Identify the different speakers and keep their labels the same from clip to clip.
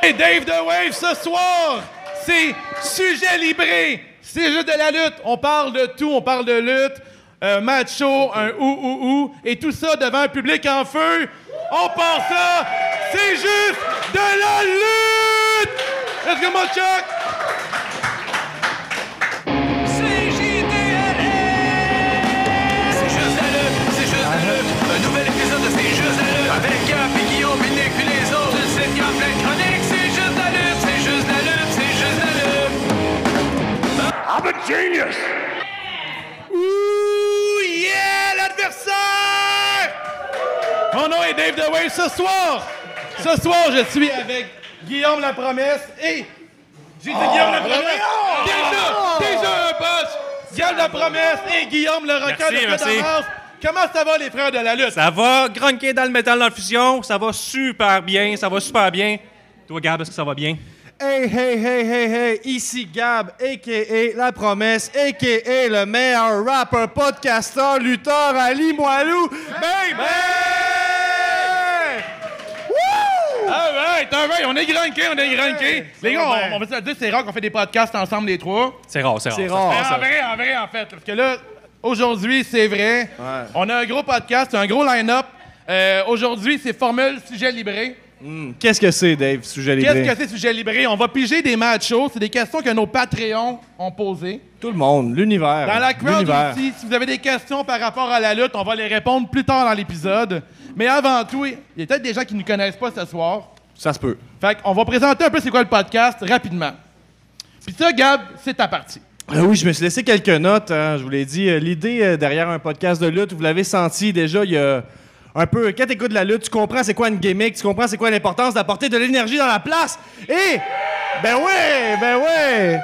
Speaker 1: Hey, Dave The Wave, ce soir, c'est sujet libré. C'est juste de la lutte. On parle de tout. On parle de lutte, un macho, un ou ou ou, et tout ça devant un public en feu. On part ça. C'est juste de la lutte. Let's go, mon Chuck.
Speaker 2: C'est juste la lutte, c'est juste la lutte. Un nouvel épisode de C'est juste la lutte. Avec Gap et Guillaume, Nick puis les autres. Une série en pleine chronique. C'est juste la lutte, c'est juste la lutte, c'est juste la lutte.
Speaker 1: Ouh, yeah, l'adversaire! Mon nom est Dave The Wave. Ce soir, ce soir, je suis avec Guillaume La Promesse et. J'ai dit Guillaume La Promesse!
Speaker 3: Ah,
Speaker 1: Déjà, déjà un punch! Guillaume La Promesse et Guillaume le record
Speaker 3: Merci,
Speaker 1: de
Speaker 3: merci.
Speaker 1: Frédéric Comment ça va, les frères de la lutte?
Speaker 3: Ça va, grunquer dans le métal dans la fusion, ça va super bien, ça va super bien. Toi, Gab, est-ce que ça va bien?
Speaker 4: Hey, hey, hey, hey, hey, ici Gab, a.k.a. La Promesse, a.k.a. le meilleur rapper, podcasteur, lutteur, Ali Moilou. Baby!
Speaker 1: Alright, alright, on est granqués, on est granqués. Les gars,
Speaker 4: va
Speaker 1: on,
Speaker 4: bien.
Speaker 1: on va se le dire, c'est rare qu'on fait des podcasts ensemble, les trois.
Speaker 3: C'est rare, c'est rare.
Speaker 4: C'est
Speaker 3: ça.
Speaker 4: rare,
Speaker 1: en
Speaker 4: ça.
Speaker 1: vrai, en vrai, en fait. Parce que là, aujourd'hui, c'est vrai. On a un gros podcast, un gros line-up. Euh, aujourd'hui, c'est formule sujet libré.
Speaker 4: Qu'est-ce que c'est, Dave, sujet libre?
Speaker 1: Qu'est-ce que c'est sujet libré? On va piger des matchs chauds. C'est des questions que nos Patreons ont posées.
Speaker 4: Tout le monde, l'univers.
Speaker 1: Dans la crowd
Speaker 4: L'univers.
Speaker 1: aussi, si vous avez des questions par rapport à la lutte, on va les répondre plus tard dans l'épisode. Mais avant tout, il y a peut-être des gens qui ne nous connaissent pas ce soir.
Speaker 4: Ça se peut.
Speaker 1: Fait qu'on va présenter un peu c'est quoi le podcast rapidement. Puis ça, Gab, c'est ta partie.
Speaker 4: Ah oui, je me suis laissé quelques notes. hein, je vous l'ai dit, Euh, l'idée euh, derrière un podcast de lutte, vous l'avez senti déjà, il y a un peu. Quand t'écoutes de la lutte, tu comprends c'est quoi une gimmick, tu comprends c'est quoi l'importance d'apporter de l'énergie dans la place. Et ben ouais, ben ouais.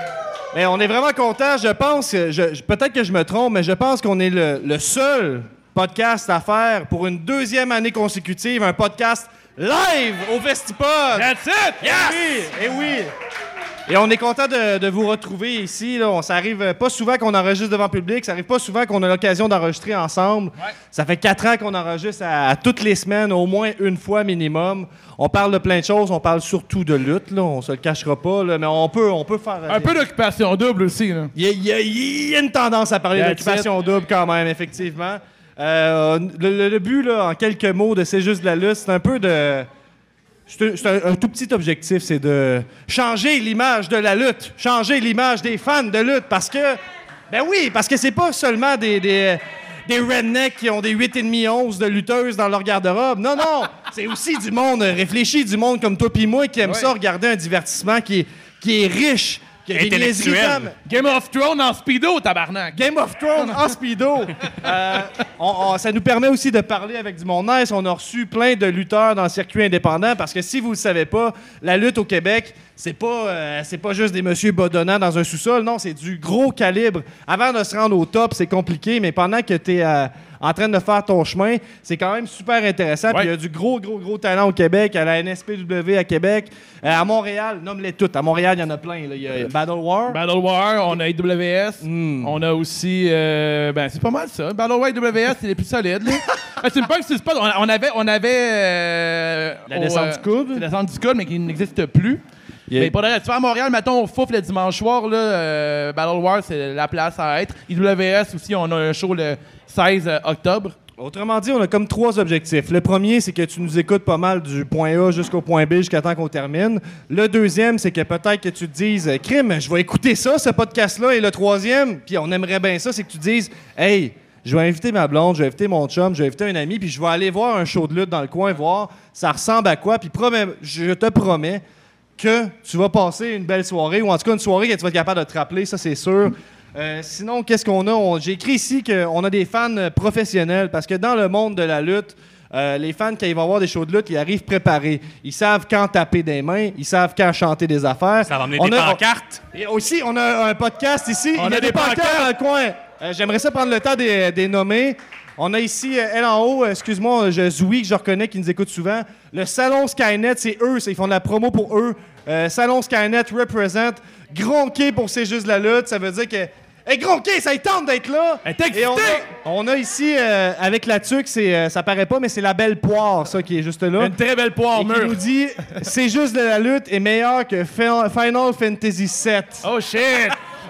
Speaker 4: Mais on est vraiment content. Je pense, euh, je- je- peut-être que je me trompe, mais je pense qu'on est le, le seul podcast à faire pour une deuxième année consécutive, un podcast live au Festipod.
Speaker 1: That's it!
Speaker 4: Yes! Et oui! Et on est content de, de vous retrouver ici. Là. On, ça arrive euh, pas souvent qu'on enregistre devant public. Ça arrive pas souvent qu'on a l'occasion d'enregistrer ensemble. Ça fait quatre ans qu'on enregistre à, à toutes les semaines, au moins une fois minimum. On parle de plein de choses. On parle surtout de lutte. Là. On se le cachera pas. là, Mais on peut, on peut faire...
Speaker 1: Un peu d'occupation double aussi, là.
Speaker 4: Il y, a- il y a- il y a une tendance à parler
Speaker 1: That's
Speaker 4: d'occupation double quand même, effectivement. Euh, le, le- le but, là, en quelques mots, de C'est juste de la lutte, c'est un peu de... C'est un- c'est un, un tout petit objectif, c'est de changer l'image de la lutte, changer l'image des fans de lutte, parce que... Ben oui, parce que c'est pas seulement des, des, des rednecks qui ont des 8,5-11 de lutteuses dans leur garde-robe. Non, non, c'est aussi du monde réfléchi, du monde comme toi pis moi qui aime ça, regarder un divertissement qui est, qui est riche, qui a des
Speaker 3: Intellectuel.
Speaker 4: niaiseries comme-
Speaker 1: Game of Thrones en speedo, tabarnak.
Speaker 4: Game of Thrones en speedo. Euh, on- on- ça nous permet aussi de parler avec du monde nice. On a reçu plein de lutteurs dans le circuit indépendant parce que si vous le savez pas, la lutte au Québec, c'est pas euh, c'est pas juste des monsieur bedonnants dans un sous-sol. Non, c'est du gros calibre. Avant de se rendre au top, c'est compliqué, mais pendant que tu es en train de faire ton chemin, c'est quand même super intéressant. Puis il y a du gros, gros, gros talent au Québec, à la NSPW à Québec, euh, à Montréal, nomme-les toutes. À Montréal, il y en a plein. là. Il y a Battle War.
Speaker 1: Battle War, on a IWS, on a aussi. euh, ben, c'est pas mal ça. Battle War IWS, c'est les plus solides. là. Ah, c'est pas que c'est pas. On on avait. On avait euh,
Speaker 4: La
Speaker 1: au,
Speaker 4: descente
Speaker 1: euh,
Speaker 4: du coude.
Speaker 1: La descente du coude, mais qui n'existe plus.
Speaker 4: Yeah.
Speaker 1: Mais pour le reste, tu vas à Montréal, mettons, au Fouf le dimanche soir, là, euh, Battle War, c'est la place à être. IWS aussi, on a un show le 16 octobre.
Speaker 4: Autrement dit, on a comme trois objectifs. Le premier, c'est que tu nous écoutes pas mal du point A jusqu'au point B jusqu'à temps qu'on termine. Le deuxième, c'est que peut-être que tu te dises « Crime, je vais écouter ça, ce podcast-là. » Et le troisième, puis on aimerait bien ça, c'est que tu dises « Hey, je vais inviter ma blonde, je vais inviter mon chum, je vais inviter un ami, puis je vais aller voir un show de lutte dans le coin, voir ça ressemble à quoi. Puis promets, je te promets que tu vas passer une belle soirée, ou en tout cas une soirée que tu vas être capable de te rappeler, ça c'est sûr. Euh, sinon, qu'est-ce qu'on a? On- J'ai écrit ici qu'on a des fans euh, professionnels, parce que dans le monde de la lutte, euh, les fans, quand ils vont voir des shows de lutte, ils arrivent préparés. Ils savent quand taper des mains, ils savent quand chanter des affaires.
Speaker 3: Ça va emmener
Speaker 4: On
Speaker 3: des
Speaker 4: a- on-
Speaker 3: pancartes.
Speaker 4: et aussi, on a un podcast ici.
Speaker 1: On
Speaker 4: Il y
Speaker 1: a
Speaker 4: a,
Speaker 1: des
Speaker 4: des pancartes dans le coin. Euh, J'aimerais ça prendre le temps des, des nommer. On a ici, euh, elle en haut, euh, excuse-moi, je Zoui, que je reconnais, qui nous écoute souvent. Le Salon Skynet, c'est eux, c'est- ils font de la promo pour eux. Euh, Salon Skynet represent. Gronqué pour C'est juste la lutte, ça veut dire que Hey, gros, OK, ça y tente d'être là.
Speaker 1: Hey, t'es excité!
Speaker 4: Et on, a, on a ici, euh, avec la tuque, c'est, euh, ça paraît pas, mais c'est la belle poire, ça, qui est juste là.
Speaker 1: Une très belle poire
Speaker 4: et qui
Speaker 1: mûre.
Speaker 4: nous dit c'est juste de la lutte et meilleur que Fin- Final Fantasy VII.
Speaker 1: Oh shit!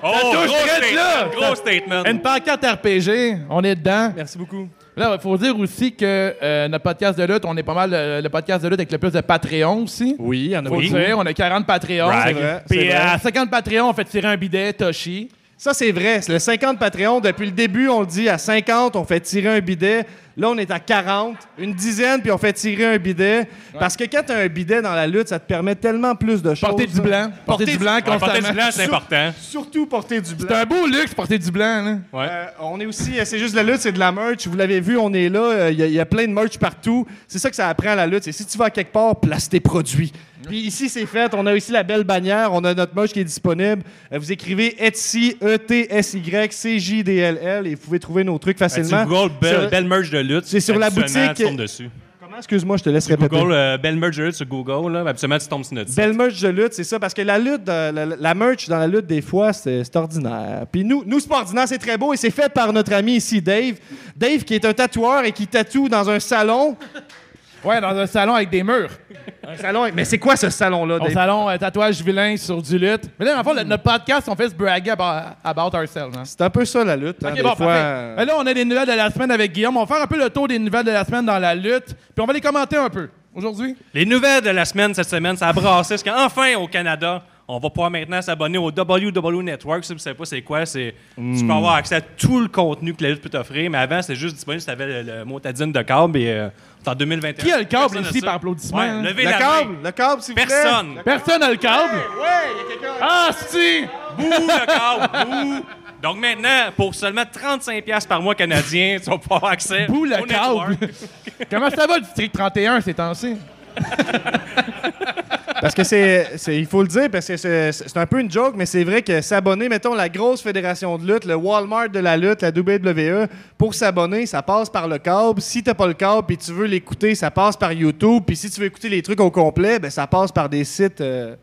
Speaker 3: Oh,
Speaker 1: Ça touche
Speaker 3: gros
Speaker 1: direct,
Speaker 3: statement,
Speaker 1: là!
Speaker 3: gros statement.
Speaker 1: Une pancarte RPG, on est dedans.
Speaker 4: Merci beaucoup.
Speaker 1: Là, il faut dire aussi que euh, notre podcast de lutte, on est pas mal euh, le podcast de lutte avec le plus de Patreon aussi.
Speaker 4: Oui, il y en a
Speaker 1: Faut
Speaker 4: beaucoup.
Speaker 1: le dire, on a 40 Patreons.
Speaker 4: C'est vrai, c'est
Speaker 1: Puis euh,
Speaker 4: vrai.
Speaker 1: à 50 Patreons, on fait tirer un bidet, Toshi.
Speaker 4: Ça, c'est vrai. C'est le 50 Patreon. Depuis le début, on le dit à 50, on fait tirer un bidet. Là, on est à 40, une dizaine, puis on fait tirer un bidet. Parce que quand t'as un bidet dans la lutte, ça te permet tellement plus de choses. hein.
Speaker 1: Porter du blanc. Porter du blanc
Speaker 3: Ouais, porter du
Speaker 1: constamment.
Speaker 3: blanc, c'est important.
Speaker 4: Surtout porter du blanc.
Speaker 1: C'est un beau luxe, porter du blanc. Là.
Speaker 3: Ouais.
Speaker 4: Euh, on est aussi, euh, c'est juste de la lutte, c'est de la merch. Vous l'avez vu, on est là. euh, Il y, a- y a plein de merch partout. C'est ça que ça apprend la lutte. Et si tu vas à quelque part, place tes produits. Puis ici, c'est fait. On a ici la belle bannière. On a notre merch qui est disponible. Euh, vous écrivez Etsy, E E-T-S-Y, C-J-D-L-L et vous pouvez trouver nos trucs
Speaker 3: Tu
Speaker 4: facilement.
Speaker 3: Google belle,
Speaker 4: Sur-
Speaker 3: belle merge de lutte.
Speaker 4: C'est sur la
Speaker 3: Habituellement,
Speaker 4: boutique.
Speaker 3: Tu tombes dessus.
Speaker 4: Comment? Excuse-moi, je te laisse répéter.
Speaker 3: Google euh, belle merge de lutte sur Google. Là. Absolument, tu tombes sur notre site.
Speaker 4: Belle merch de lutte, c'est ça, parce que la lutte, euh, la, la- la merch dans la lutte, des fois, c'est c'est ordinaire. Puis nous, nous c'est pas ordinaire, c'est très beau et c'est fait par notre ami ici, Dave. Dave, qui est un tatoueur et qui tatoue dans un salon.
Speaker 1: Ouais, dans un salon avec des murs.
Speaker 4: Un salon, avec- mais c'est quoi ce salon-là,
Speaker 1: Au
Speaker 4: Dave?
Speaker 1: salon euh, tatouage vilain sur du lutte. Mais là, en fait, le- notre podcast, on fait se brag about, about ourselves. hein.
Speaker 4: C'est un peu ça, la lutte. hein,
Speaker 1: Ok,
Speaker 4: des
Speaker 1: bon,
Speaker 4: fois,
Speaker 1: parfait.
Speaker 4: euh,
Speaker 1: Mais là, on a des nouvelles de la semaine avec Guillaume. On va faire un peu le tour des nouvelles de la semaine dans la lutte. Puis on va les commenter un peu aujourd'hui.
Speaker 3: Les nouvelles de la semaine cette semaine, ça a brassé. Parce qu'enfin, au Canada, on va pouvoir maintenant s'abonner au WW Network. Si vous ne savez pas c'est quoi, c'est
Speaker 4: Hmm.
Speaker 3: tu peux avoir accès à tout le contenu que la lutte peut t'offrir. Mais avant, c'était juste disponible si tu avais le, le motadine de câble. Et euh, c'est en 2021.
Speaker 1: Qui a le câble
Speaker 3: Personne n'a
Speaker 1: ici
Speaker 3: ça.
Speaker 1: par applaudissement,
Speaker 3: Ouais,
Speaker 1: hein?
Speaker 3: levez la
Speaker 4: le
Speaker 3: main.
Speaker 4: câble, le câble, s'il vous plaît.
Speaker 3: Personne.
Speaker 1: Personne n'a le câble. Ouais, il y a quelqu'un. Ah, si!
Speaker 3: Bouh, le câble. Bouh. Donc maintenant, pour seulement 35$ par mois canadien, tu vas pouvoir avoir accès
Speaker 1: Bouh, le
Speaker 3: au network. Ah,
Speaker 1: câble. Comment ça va, le district 31 ces temps-ci?
Speaker 4: Parce que c'est, c'est- il faut le dire, parce que c'est, c'est un peu une joke, mais c'est vrai que s'abonner, mettons, la grosse fédération de lutte, le Walmart de la lutte, la WWE, pour s'abonner, ça passe par le câble. Si t'as pas le câble puis tu veux l'écouter, ça passe par YouTube. Puis si tu veux écouter les trucs au complet, ben ça passe par des sites euh,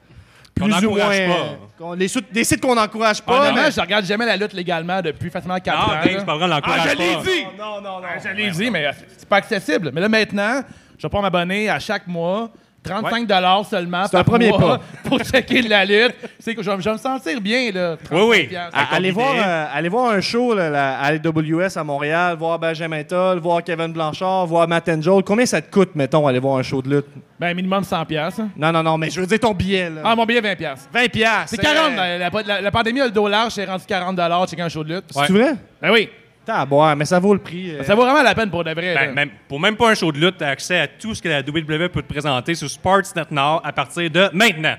Speaker 3: Qu'on
Speaker 4: plus ou moins...
Speaker 3: n'encourage pas.
Speaker 4: euh, qu'on- les sou- des sites qu'on n'encourage pas.
Speaker 1: Honnêtement,
Speaker 4: mais-
Speaker 1: je regarde jamais la lutte légalement depuis facilement 4
Speaker 3: Non,
Speaker 1: ans.
Speaker 3: Dave,
Speaker 1: là.
Speaker 3: ben, c'est pas vrai, on l'encourage
Speaker 1: Ah, je l'ai
Speaker 3: pas.
Speaker 1: dit! Non, non, non. je l'ai dit, mais euh, c'est pas accessible. Mais là, maintenant, je vais pas m'abonner à chaque mois. 35 dollars seulement
Speaker 4: un premier
Speaker 1: mois
Speaker 4: pas.
Speaker 1: pour checker de la lutte. C'est que je vais je vais me sentir bien, là.
Speaker 3: Oui, oui.
Speaker 1: 35 piastres.
Speaker 4: À- Allez
Speaker 3: Avec ton
Speaker 4: voir,
Speaker 3: bidet.
Speaker 4: euh, allez voir un show là, là, à AWS à Montréal, voir Benjamin Toll, voir Kevin Blanchard, voir Matt Angel. Combien ça te coûte, mettons, aller voir un show de lutte?
Speaker 1: Ben, minimum 100 piastres. hein.
Speaker 4: Non, non, non, mais je veux dire ton billet, là.
Speaker 1: Ah, mon billet, 20 piastres.
Speaker 4: 20 piastres.
Speaker 1: C'est 40. La, la- la- la pandémie a le dollar, j'ai rendu 40 dollars checker un show de lutte.
Speaker 3: Ouais.
Speaker 4: C'est vrai?
Speaker 1: Ben oui.
Speaker 4: T'as à boire, mais ça vaut le prix. euh.
Speaker 1: Ça vaut vraiment la peine pour de vrai.
Speaker 3: Ben,
Speaker 1: là.
Speaker 3: même- pour même pas un show de lutte, tu as accès à tout ce que la WWE peut te présenter sur Sportsnet Nord à partir de maintenant.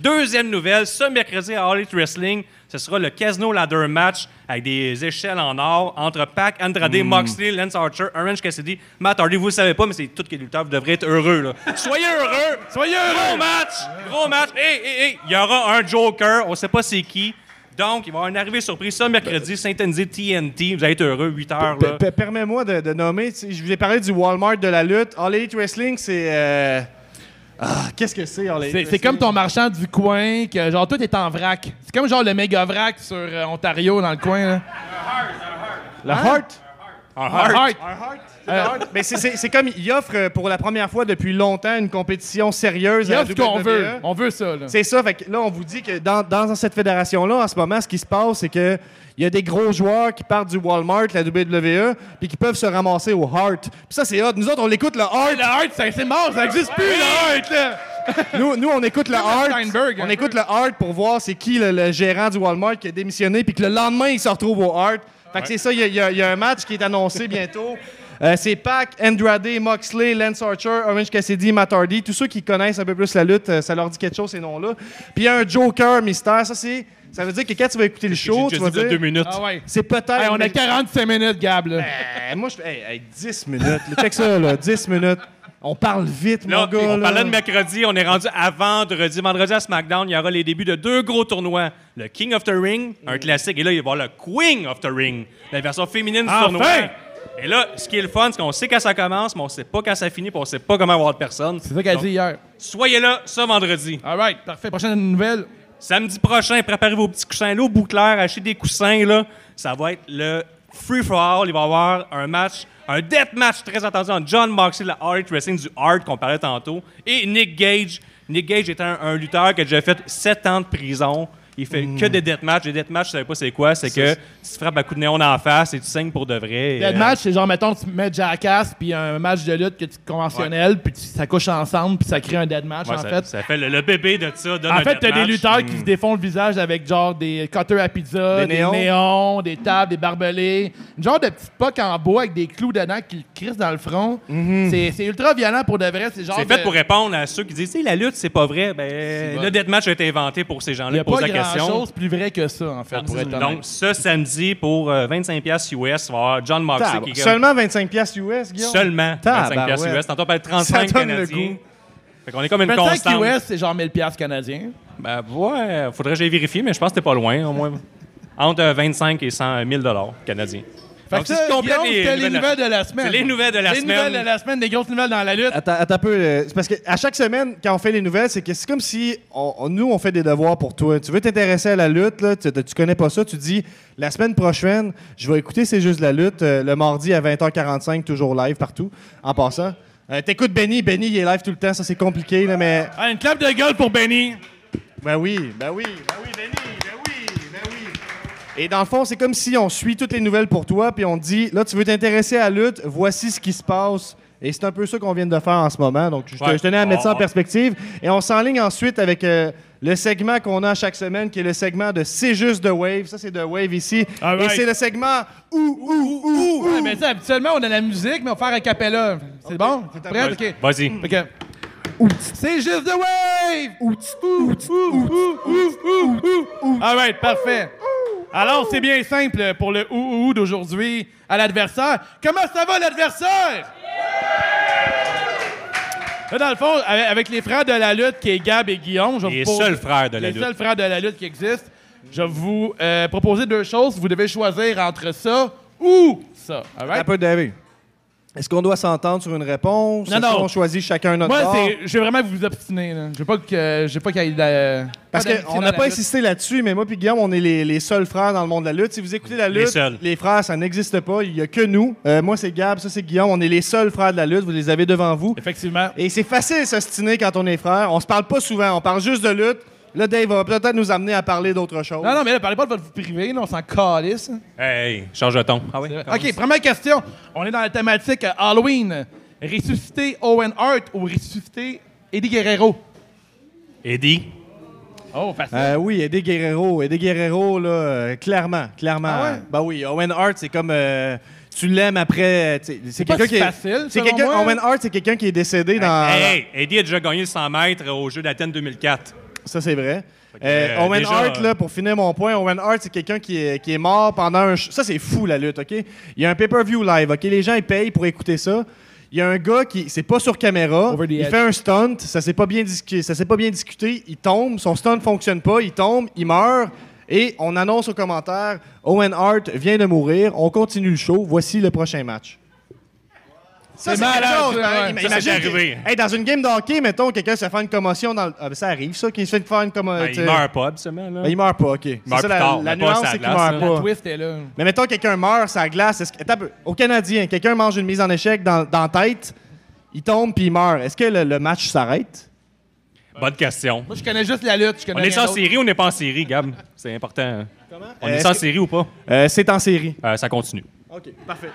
Speaker 3: Deuxième nouvelle, ce mercredi à All Elite Wrestling, ce sera le Casino Ladder Match avec des échelles en or entre Pac, Andrade,
Speaker 4: Hmm.
Speaker 3: Moxley, Lance Archer, Orange Cassidy, Matt Hardy. Vous le savez pas, mais c'est tout qui est lutteur. Vous devrez être heureux. là. Soyez heureux!
Speaker 1: Soyez
Speaker 3: Gros
Speaker 1: heureux!
Speaker 3: match! Gros match! Hey, hey, hey! Il y aura un Joker, on sait pas c'est qui. Donc, il va y avoir une arrivée surprise ce mercredi, Saint-Andy, TNT. Vous allez être heureux, 8 heures.
Speaker 4: Pe-
Speaker 3: Là.
Speaker 4: pe- Permets-moi de, de nommer. tu sais, Je vous ai parlé du Walmart de la lutte. All Elite Wrestling, c'est. euh, Ah, qu'est-ce que c'est, All Elite
Speaker 1: C'est, c'est comme ton marchand du coin, que genre tout est en vrac. C'est comme genre le méga vrac sur euh, Ontario dans le coin. Là.
Speaker 4: Le
Speaker 1: Ah!
Speaker 4: Heart.
Speaker 3: Un heart.
Speaker 1: Heart.
Speaker 4: Mais c'est- c'est c'est comme. Il offre euh, pour la première fois depuis longtemps une compétition sérieuse
Speaker 1: Il
Speaker 4: à
Speaker 1: offre
Speaker 4: la E.
Speaker 1: ce qu'on
Speaker 4: WWE.
Speaker 1: veut. On veut ça. Là.
Speaker 4: C'est ça, fait que là, on vous dit que dans, dans cette fédération-là, en ce moment, ce qui se passe, c'est que il y a des gros joueurs qui partent du Walmart, la WWE, puis qui peuvent se ramasser au Heart. Puis ça, c'est hot. Nous autres, on l'écoute le Heart.
Speaker 1: Le Heart, c'est, c'est mort, ça n'existe plus, le Heart. Là.
Speaker 4: Nous, nous, on écoute le Heart.
Speaker 1: Steinberg, un
Speaker 4: On écoute le Heart pour voir c'est qui le, le gérant du Walmart qui a démissionné, puis que le lendemain, il se retrouve au Heart. Fait que c'est ça, il y, a- il y a- il y a un match qui est annoncé bientôt. Euh, c'est Pac, Andrade, Moxley, Lance Archer, Orange Cassidy, Matt Hardy. Tous ceux qui connaissent un peu plus la lutte, euh, ça leur dit quelque chose, ces noms-là. Puis il y a un Joker mystère. Ça, c'est, ça veut dire que quand tu vas écouter le show,
Speaker 3: J'ai
Speaker 4: tu
Speaker 3: déjà
Speaker 4: vas
Speaker 3: dit de deux
Speaker 4: dire...
Speaker 3: minutes.
Speaker 1: Ah ouais.
Speaker 4: C'est peut-être...
Speaker 1: Hey, on a
Speaker 4: mais-
Speaker 1: 45 minutes, Gab. Là.
Speaker 4: Euh, moi, je... Hey, hey, 10 minutes. là. Check ça, là. 10 minutes. On parle vite,
Speaker 3: Là,
Speaker 4: mon gars.
Speaker 3: on
Speaker 4: là.
Speaker 3: parlait de mercredi, on est rendu à vendredi. Vendredi à SmackDown, il y aura les débuts de deux gros tournois. Le King of the Ring, un classique, et là, il va y avoir le Queen of the Ring, la version féminine du
Speaker 1: Enfin!
Speaker 3: tournoi. Et là, ce qui est le fun, c'est qu'on sait quand ça commence, mais on sait pas quand ça finit, puis on sait pas comment avoir de personne.
Speaker 1: C'est ça qu'elle dit hier.
Speaker 3: Soyez là ce vendredi.
Speaker 1: All right, parfait. Prochaine nouvelle.
Speaker 3: Samedi prochain, préparez vos petits coussins. Là, au Bouclair, achetez des coussins. Là, ça va être le free-for-all. Il va y avoir un match, un death match très attendu entre John Moxley, la Hard Wrestling du Hard qu'on parlait tantôt, et Nick Gage. Nick Gage est un, un lutteur qui a déjà fait 7 ans de prison. Il fait
Speaker 1: Hmm.
Speaker 3: que des deathmatchs. Les deathmatchs, je savais pas c'est quoi. C'est que tu te frappes à coups de néon en face et tu saignes pour de vrai. Euh, Et,
Speaker 1: Le match, c'est genre, mettons, tu mets Jackass, puis un match de lutte que tu, conventionnel, puis tu- ça couche ensemble, puis ça crée un dead match,
Speaker 3: euh, ouais,
Speaker 1: en
Speaker 3: ça,
Speaker 1: fait.
Speaker 3: ça fait le, le bébé de ça. donne
Speaker 1: En
Speaker 3: un Hmm.
Speaker 1: fait, t'as des
Speaker 3: deathmatch.
Speaker 1: lutteurs qui se défont le visage avec genre des cutters à pizza,
Speaker 4: Des
Speaker 1: des,
Speaker 4: néons.
Speaker 1: néons, des tables, des barbelés. Une genre de petite poque en bois avec des clous dedans qui le crissent dans le front. C'est- C'est ultra violent pour de vrai. C'est genre.
Speaker 3: Mhm. C'est fait
Speaker 1: de-
Speaker 3: pour répondre à ceux qui disent, tu sais, la lutte, c'est pas vrai. Ben,
Speaker 1: vrai.
Speaker 3: le deathmatch a été inventé pour
Speaker 1: Il
Speaker 3: ces
Speaker 1: n'y
Speaker 3: gens-là
Speaker 1: a
Speaker 3: qui posent
Speaker 1: pas
Speaker 3: la question.
Speaker 1: grand-chose plus vrai que ça, en fait, pour être honnête.
Speaker 3: Ah, Donc, ce samedi, pour euh, 25$ US, il va y avoir John Moxley Ah, qui gagne
Speaker 4: Seulement 25 pièces US, Guillaume.
Speaker 3: seulement
Speaker 4: Tabarouette.
Speaker 3: 25$ US. Tantôt, on parle de
Speaker 4: Ça
Speaker 3: 35
Speaker 4: donne le
Speaker 3: Canadiens.
Speaker 4: goût.
Speaker 3: Fait qu'on est comme une
Speaker 1: 25
Speaker 3: constante.
Speaker 1: US, c'est genre 1000 piastres canadiens.
Speaker 3: Ben, ouais, faudrait que j'aille vérifier, mais je pense que t'es pas loin, au moins. Entre euh, 25 et 100 000 canadiens.
Speaker 1: Fait
Speaker 3: Donc,
Speaker 1: que ça,
Speaker 3: c'est ce qui complète
Speaker 1: Guillaume,
Speaker 3: les
Speaker 1: c'était les
Speaker 3: nouvelles-
Speaker 1: nouvelles de la semaine.
Speaker 3: C'est les nouvelles de la
Speaker 1: Les
Speaker 3: semaine. Ah.
Speaker 1: nouvelles de la semaine, des grosses nouvelles dans la lutte.
Speaker 4: Attends, attends un peu. euh, c'est parce qu'à chaque semaine, quand on fait les nouvelles, c'est que c'est comme si on- on- nous, on fait des devoirs pour toi. Tu veux t'intéresser à la lutte, là, tu, tu connais pas ça, tu dis la semaine prochaine, je vais écouter C'est juste la lutte euh, le mardi à 20h45, toujours live partout. En passant, Euh, t'écoutes Benny, Benny, il est live tout le temps, ça c'est compliqué, là, mais.
Speaker 1: Ah, une clap de gueule pour Benny.
Speaker 4: Ben oui, ben oui, ben oui, Benny, ben oui, ben oui. Et dans le fond, c'est comme si on suit toutes les nouvelles pour toi, puis on te dit, là, tu veux t'intéresser à la lutte, voici ce qui se passe. Et c'est un peu ça qu'on vient de faire en ce moment. Donc, je, te-
Speaker 3: Ouais.
Speaker 4: je tenais à mettre ça en
Speaker 3: On-
Speaker 4: perspective. Et on s'enligne ensuite avec euh, le segment qu'on a chaque semaine, qui est le segment de C'est juste de Wave. Ça, c'est de Wave ici.
Speaker 1: All
Speaker 4: Et
Speaker 1: right.
Speaker 4: c'est le segment Ouh, ouh, ouh,
Speaker 1: Ouais,
Speaker 4: ouh.
Speaker 1: mais ça, habituellement, on a la musique, mais on va faire un capella. C'est bon? C'est prêt? OK.
Speaker 3: Vas-y.
Speaker 1: OK. C'est juste The Wave! All right, parfait. Alors, c'est bien simple pour le ou ou ou d'aujourd'hui à l'adversaire. Comment ça va, l'adversaire? Là, dans le fond, avec avec les frères de la lutte qui est Gab et Guillaume, je vais
Speaker 3: Les
Speaker 1: vous poser-
Speaker 3: seuls frères de la
Speaker 1: les
Speaker 3: lutte.
Speaker 1: seuls frères de la lutte qui existent, je vais vous euh, proposer deux choses. Vous devez choisir entre ça ou ça. All right?
Speaker 4: Un peu, David. Est-ce qu'on doit s'entendre sur une réponse?
Speaker 1: Non,
Speaker 4: Est-ce
Speaker 1: non.
Speaker 4: qu'on choisit chacun notre
Speaker 1: Moi,
Speaker 4: bord?
Speaker 1: c'est, je vais vraiment vous obstiner. Là. Je veux pas que, je veux pas qu'il y ait de la-
Speaker 4: Parce
Speaker 1: pas d'amitié
Speaker 4: qu'on
Speaker 1: dans
Speaker 4: n'a
Speaker 1: la
Speaker 4: pas
Speaker 1: lutte.
Speaker 4: insisté là-dessus, mais moi puis Guillaume, on est les, les seuls frères dans le monde de la lutte. Si vous écoutez la lutte,
Speaker 3: seuls.
Speaker 4: frères, ça n'existe pas. Il n'y a que nous. Euh, moi, c'est Gab, ça, c'est Guillaume. On est les seuls frères de la lutte. Vous les avez devant vous.
Speaker 1: Effectivement.
Speaker 4: Et c'est facile s'ostiner quand on est frères. On se parle pas souvent. On parle juste de lutte. Là, Dave va peut-être nous amener à parler d'autre chose.
Speaker 1: Non, non, mais là, parlez pas de votre vie privée, là, on s'en calisse.
Speaker 3: Hey, change de ton. Ah oui?
Speaker 1: OK, première question. On est dans la thématique euh, Halloween. Ressusciter Owen Hart ou ressusciter Eddie Guerrero?
Speaker 3: Eddie.
Speaker 1: Oh, facile.
Speaker 4: Euh, oui, Eddie Guerrero. Eddie Guerrero, là, euh, clairement, clairement.
Speaker 1: Ah ouais?
Speaker 4: Ben oui, Owen Hart, c'est comme... euh, tu l'aimes après... euh, tu sais, C'est
Speaker 1: pas si
Speaker 4: quelqu'un qui est-
Speaker 1: facile,
Speaker 4: c'est
Speaker 1: selon
Speaker 4: quelqu'un-
Speaker 1: moi.
Speaker 4: Owen Hart, c'est quelqu'un qui est décédé dans...
Speaker 3: Hey, Eddie a déjà gagné le 100 mètres euh, au Jeu d'Athènes 2004.
Speaker 4: Ça, c'est vrai.
Speaker 3: que,
Speaker 4: Euh,
Speaker 3: euh,
Speaker 4: Owen
Speaker 3: déjà,
Speaker 4: Hart,
Speaker 3: euh,
Speaker 4: là, pour finir mon point, Owen Hart, c'est quelqu'un qui est, qui est mort pendant un... ch- Ça, c'est fou, la lutte, OK? Il y a un pay-per-view live, OK? Les gens, ils payent pour écouter ça. Il y a un gars qui... C'est pas sur caméra.
Speaker 1: Over the
Speaker 4: Il
Speaker 1: edge.
Speaker 4: fait un stunt. Ça s'est pas, bien discu- ça s'est pas bien discuté. Il tombe. Son stunt fonctionne pas. Il tombe. Il meurt. Et on annonce aux commentaires, Owen Hart vient de mourir. On continue le show. Voici le prochain match. Ça,
Speaker 1: C'est malade,
Speaker 4: quelque chose,
Speaker 1: ça,
Speaker 4: hein?
Speaker 1: ouais.
Speaker 4: Ima-
Speaker 3: Ça, c'est
Speaker 4: imagine
Speaker 3: arrivé.
Speaker 4: Hey, dans une game de hockey, mettons, quelqu'un se fait une commotion dans le... Ah, ben, ça arrive, ça, qu'il se fait faire une commotion.
Speaker 3: Ben, il meurt pas, absolument. Là.
Speaker 4: Ben, il meurt pas, OK. C'est
Speaker 3: meurt
Speaker 4: ça,
Speaker 3: plus
Speaker 4: la,
Speaker 3: tard,
Speaker 4: la
Speaker 3: mais pas
Speaker 4: nuance,
Speaker 3: sur la
Speaker 4: c'est qu'il
Speaker 3: glace,
Speaker 4: meurt
Speaker 3: là.
Speaker 1: La
Speaker 4: pas.
Speaker 1: twist est là.
Speaker 4: Mais mettons, quelqu'un meurt sur la glace. Est-ce que... Attends un peu. Au Canadien, quelqu'un mange une mise en échec dans, dans la tête, il tombe puis il meurt. Est-ce que le, le match s'arrête?
Speaker 3: Bonne question.
Speaker 1: Moi, je connais juste la lutte. Je
Speaker 3: On
Speaker 1: connais
Speaker 3: est
Speaker 1: rien
Speaker 3: en
Speaker 1: d'autre.
Speaker 3: série ou on n'est pas en série, Gab? C'est important. hein. On
Speaker 4: Euh,
Speaker 3: est
Speaker 4: est-ce
Speaker 3: en
Speaker 4: que-
Speaker 3: série ou pas?
Speaker 4: Euh, c'est en série.
Speaker 3: Euh, ça continue.
Speaker 4: OK, parfait.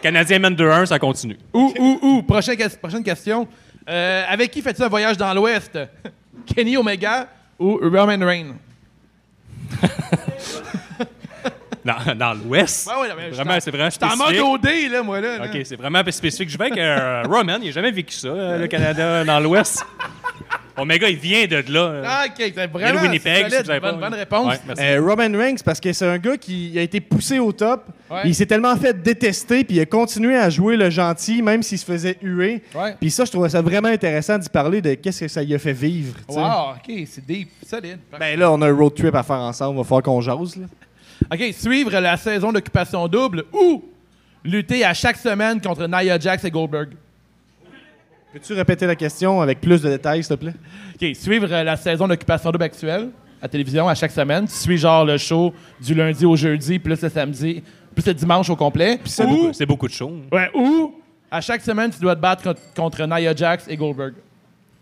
Speaker 3: Canadien mène 2-1, ça continue.
Speaker 1: Ou, ou, ou. Prochaine, ques- prochaine question. Euh, avec qui fais-tu un voyage dans l'Ouest? Kenny Omega ou Roman Reigns?
Speaker 3: Dans, dans l'Ouest.
Speaker 1: Ouais, ouais, non, mais je
Speaker 3: Vraiment,
Speaker 1: t'en-
Speaker 3: c'est vraiment
Speaker 1: T'es en mode
Speaker 3: spécifique.
Speaker 1: OD, là, moi, là. là.
Speaker 3: OK, c'est vraiment spécifique. Je vais que euh, Roman, il n'a jamais vécu ça, euh, le Canada dans l'Ouest. Omega, il vient de là. euh.
Speaker 1: Ah, OK, c'est
Speaker 3: Il vient
Speaker 1: vraiment
Speaker 3: de Winnipeg, si
Speaker 1: solide,
Speaker 3: vous avez pas-
Speaker 1: bonne, bonne réponse.
Speaker 3: Ouais, merci.
Speaker 4: Euh, Robin Ranks, parce que c'est un gars qui a été poussé au top.
Speaker 1: Ouais.
Speaker 4: Il s'est tellement fait détester, puis il a continué à jouer le gentil, même s'il se faisait huer.
Speaker 1: Ouais.
Speaker 4: Puis ça, je trouvais ça vraiment intéressant d'y parler de qu'est-ce que ça lui a fait vivre. tu sais.
Speaker 1: Wow, OK, c'est deep, solide.
Speaker 4: Ben là, on a un road trip à faire ensemble. Va falloir qu'on jase. Là.
Speaker 1: OK, suivre la saison d'occupation double ou lutter à chaque semaine contre Nia Jax et Goldberg.
Speaker 4: Peux-tu répéter la question avec plus de détails, s'il te plaît?
Speaker 1: OK, suivre euh, la saison d'occupation double actuelle à télévision à chaque semaine. Tu suis genre le show du lundi au jeudi, plus le samedi, plus le dimanche au complet.
Speaker 3: C'est
Speaker 1: Ou,
Speaker 3: beaucoup, c'est beaucoup de shows.
Speaker 1: ouais, ou à chaque semaine, tu dois te battre contre, contre Nia Jax et Goldberg.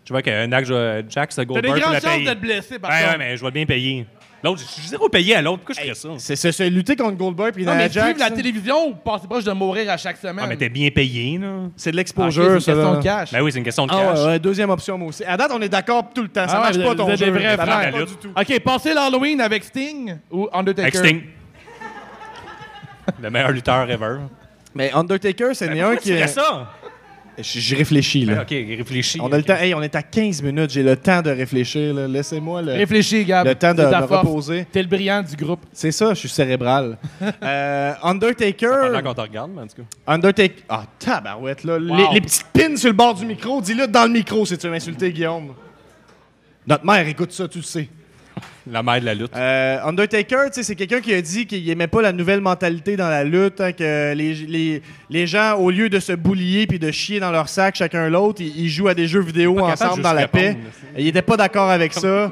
Speaker 3: Tu vois qu'un acte euh, Jax
Speaker 1: T'as des
Speaker 3: Goldberg pour
Speaker 1: grandes
Speaker 3: la
Speaker 1: chances
Speaker 3: payer.
Speaker 1: d'être blessé, par
Speaker 3: Ouais,
Speaker 1: contre.
Speaker 3: ouais, mais je vais bien payer. L'autre, je suis zéro payé à l'autre. Pourquoi je ferais ça?
Speaker 4: C'est, c'est, c'est lutter contre Goldberg puis
Speaker 1: Non, mais
Speaker 4: Nia
Speaker 1: suivre
Speaker 4: Jax. hein.
Speaker 1: la
Speaker 4: ça.
Speaker 1: télévision ou passer proche de mourir à chaque semaine?
Speaker 3: Ah, mais t'es bien payé, là.
Speaker 4: C'est de
Speaker 1: Ah, ok,
Speaker 4: l'exposure,
Speaker 1: c'est une
Speaker 4: ça,
Speaker 1: question
Speaker 4: là.
Speaker 1: de cash.
Speaker 3: Ben oui, c'est une question de
Speaker 4: Ah
Speaker 3: cash.
Speaker 4: ouais, ouais, deuxième option, moi aussi. À date, on est d'accord tout le temps. Ça
Speaker 1: Ah ouais,
Speaker 4: marche
Speaker 1: vous
Speaker 4: pas
Speaker 1: êtes-
Speaker 4: ton
Speaker 1: vous êtes
Speaker 4: jeu.
Speaker 1: des vrais
Speaker 4: ça
Speaker 1: frères.
Speaker 4: marche pas
Speaker 3: Lutte.
Speaker 4: du tout.
Speaker 1: OK, passer l'Halloween avec Sting ou Undertaker?
Speaker 3: Avec Sting. le meilleur lutteur ever.
Speaker 4: Mais Undertaker, c'est un qui
Speaker 3: C'est
Speaker 4: est.
Speaker 3: ça?
Speaker 4: J'y réfléchis, là.
Speaker 3: OK, réfléchis.
Speaker 4: On a le temps. Hey, on est à 15 minutes. J'ai le temps de réfléchir, là. Laissez-moi le.
Speaker 1: Réfléchis, Gab.
Speaker 4: Le temps de
Speaker 1: C'est ta
Speaker 4: me
Speaker 1: force.
Speaker 4: reposer.
Speaker 1: T'es le brillant du groupe.
Speaker 4: C'est ça, je suis cérébral. Euh, Undertaker.
Speaker 3: Pendant qu'on te regarde, mais en tout cas.
Speaker 4: Undertaker. Ah, tabarouette, là. Les, les petites pins sur le bord du micro, dis-le dans le micro si tu veux m'insulter, Guillaume. Notre mère écoute ça, tu le sais.
Speaker 3: La mère de la lutte.
Speaker 4: Euh, Undertaker, tu sais, c'est quelqu'un qui a dit qu'il aimait pas la nouvelle mentalité dans la lutte, hein, que les, les- les gens, au lieu de se boulier puis de chier dans leur sac chacun l'autre, ils, ils jouent à des jeux vidéo
Speaker 3: capable
Speaker 4: ensemble
Speaker 3: de
Speaker 4: dans
Speaker 3: juste
Speaker 4: la
Speaker 3: répondre,
Speaker 4: paix.
Speaker 3: là,
Speaker 4: Il était pas d'accord avec ça.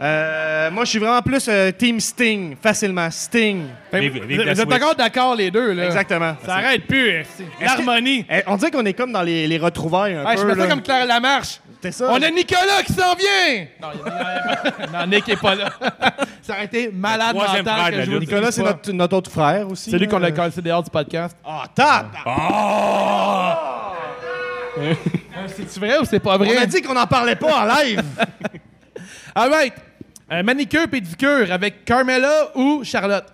Speaker 4: Euh, moi, je suis vraiment plus euh, Team Sting, facilement. Sting.
Speaker 1: Fait
Speaker 3: Vive-
Speaker 1: que vous
Speaker 3: vive
Speaker 1: vous
Speaker 3: la
Speaker 1: êtes
Speaker 3: Switch.
Speaker 1: encore d'accord, les deux, là?
Speaker 4: Exactement.
Speaker 1: Euh. Ça arrête plus, hein, c'est- L'harmonie.
Speaker 4: Eh, On dirait qu'on est comme dans les, les retrouvailles un
Speaker 1: Ouais, je
Speaker 4: peu.
Speaker 1: me sens
Speaker 4: là.
Speaker 1: comme Claire Lamarche.
Speaker 4: C'était ça.
Speaker 1: On a Nicolas qui s'en vient! Non, il y a- non, Nick est pas là. Ça aurait été malade
Speaker 3: Le troisième frère
Speaker 1: mental
Speaker 3: de
Speaker 1: que
Speaker 3: la
Speaker 1: je
Speaker 3: lutte.
Speaker 1: vous dise
Speaker 4: Nicolas, c'est
Speaker 1: pas.
Speaker 4: notre, notre autre frère aussi.
Speaker 1: C'est lui
Speaker 4: là.
Speaker 1: qu'on a cassé dehors du podcast.
Speaker 4: Ah, tabarnak!
Speaker 3: Ah!
Speaker 1: Euh, C'est-tu vrai ou c'est pas vrai?
Speaker 4: On a dit qu'on n'en parlait pas en live!
Speaker 1: All right. Euh, manicure pédicure avec Carmela ou Charlotte?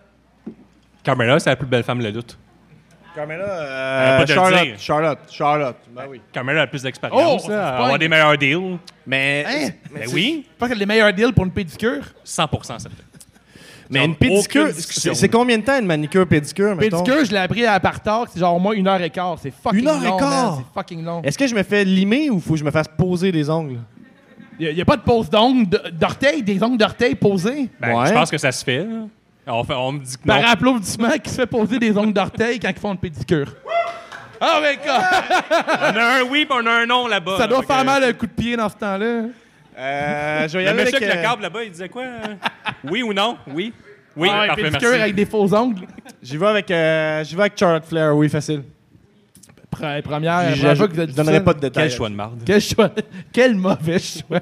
Speaker 3: Carmela, c'est la plus belle femme de la lutte.
Speaker 4: Carmela,
Speaker 3: Ah, Elle a pas de
Speaker 4: Euh, Charlotte,
Speaker 3: dire.
Speaker 4: Charlotte, Charlotte, Ben oui.
Speaker 3: Carmela a plus d'expérience.
Speaker 1: Oh,
Speaker 3: là,
Speaker 1: ça se
Speaker 3: elle va
Speaker 1: pogne.
Speaker 3: avoir des meilleurs deals.
Speaker 4: Mais,
Speaker 3: Ben oui,
Speaker 1: Je pense qu'elle a les meilleurs deals pour une pédicure.
Speaker 3: 100 ça fait.
Speaker 4: mais
Speaker 3: Genre,
Speaker 4: une pédicure,
Speaker 3: aucune discussion.
Speaker 4: c'est c'est combien de temps une manicure pédicure mettons?
Speaker 1: Pédicure, je l'ai appris à Apartar, c'est genre au moins une heure et quart. C'est fucking
Speaker 4: Une heure et
Speaker 1: long,
Speaker 4: quart?
Speaker 1: man, C'est fucking long.
Speaker 4: Est-ce que je me fais limer ou faut que je me fasse poser des ongles
Speaker 1: Il n'y a, pas de pose d'ongles de- d'orteil, des ongles d'orteil posés.
Speaker 3: Ben,
Speaker 4: Ouais.
Speaker 3: Je pense que ça se fait. là. On, fait- on me dit que non.
Speaker 1: Par applaudissement, qui se fait poser des ongles d'orteil quand ils font une pédicure.
Speaker 4: Ah,
Speaker 1: Oh my god!
Speaker 3: On a un oui pis on a un non là-bas.
Speaker 1: Ça doit
Speaker 3: Fait que-
Speaker 1: faire mal un coup de pied dans ce temps-là.
Speaker 4: euh, Je vais y
Speaker 3: Le
Speaker 4: aller
Speaker 3: monsieur
Speaker 4: avec,
Speaker 3: avec le
Speaker 4: euh,
Speaker 3: câble là-bas, il disait quoi? euh? oui ou non? Oui. Oui,
Speaker 1: Ah, une
Speaker 3: parfait, merci.
Speaker 1: pédicure avec des faux ongles.
Speaker 4: J'y vais avec, euh, j'y vais avec Charlotte Flair, oui, facile.
Speaker 1: Pre- Première,
Speaker 4: Je-
Speaker 1: première
Speaker 4: je
Speaker 1: fois que vous êtes
Speaker 4: je
Speaker 1: dit
Speaker 4: donnerai
Speaker 1: ça.
Speaker 4: pas de détails.
Speaker 3: Quel choix de marde.
Speaker 1: Quel choix. Quel mauvais choix.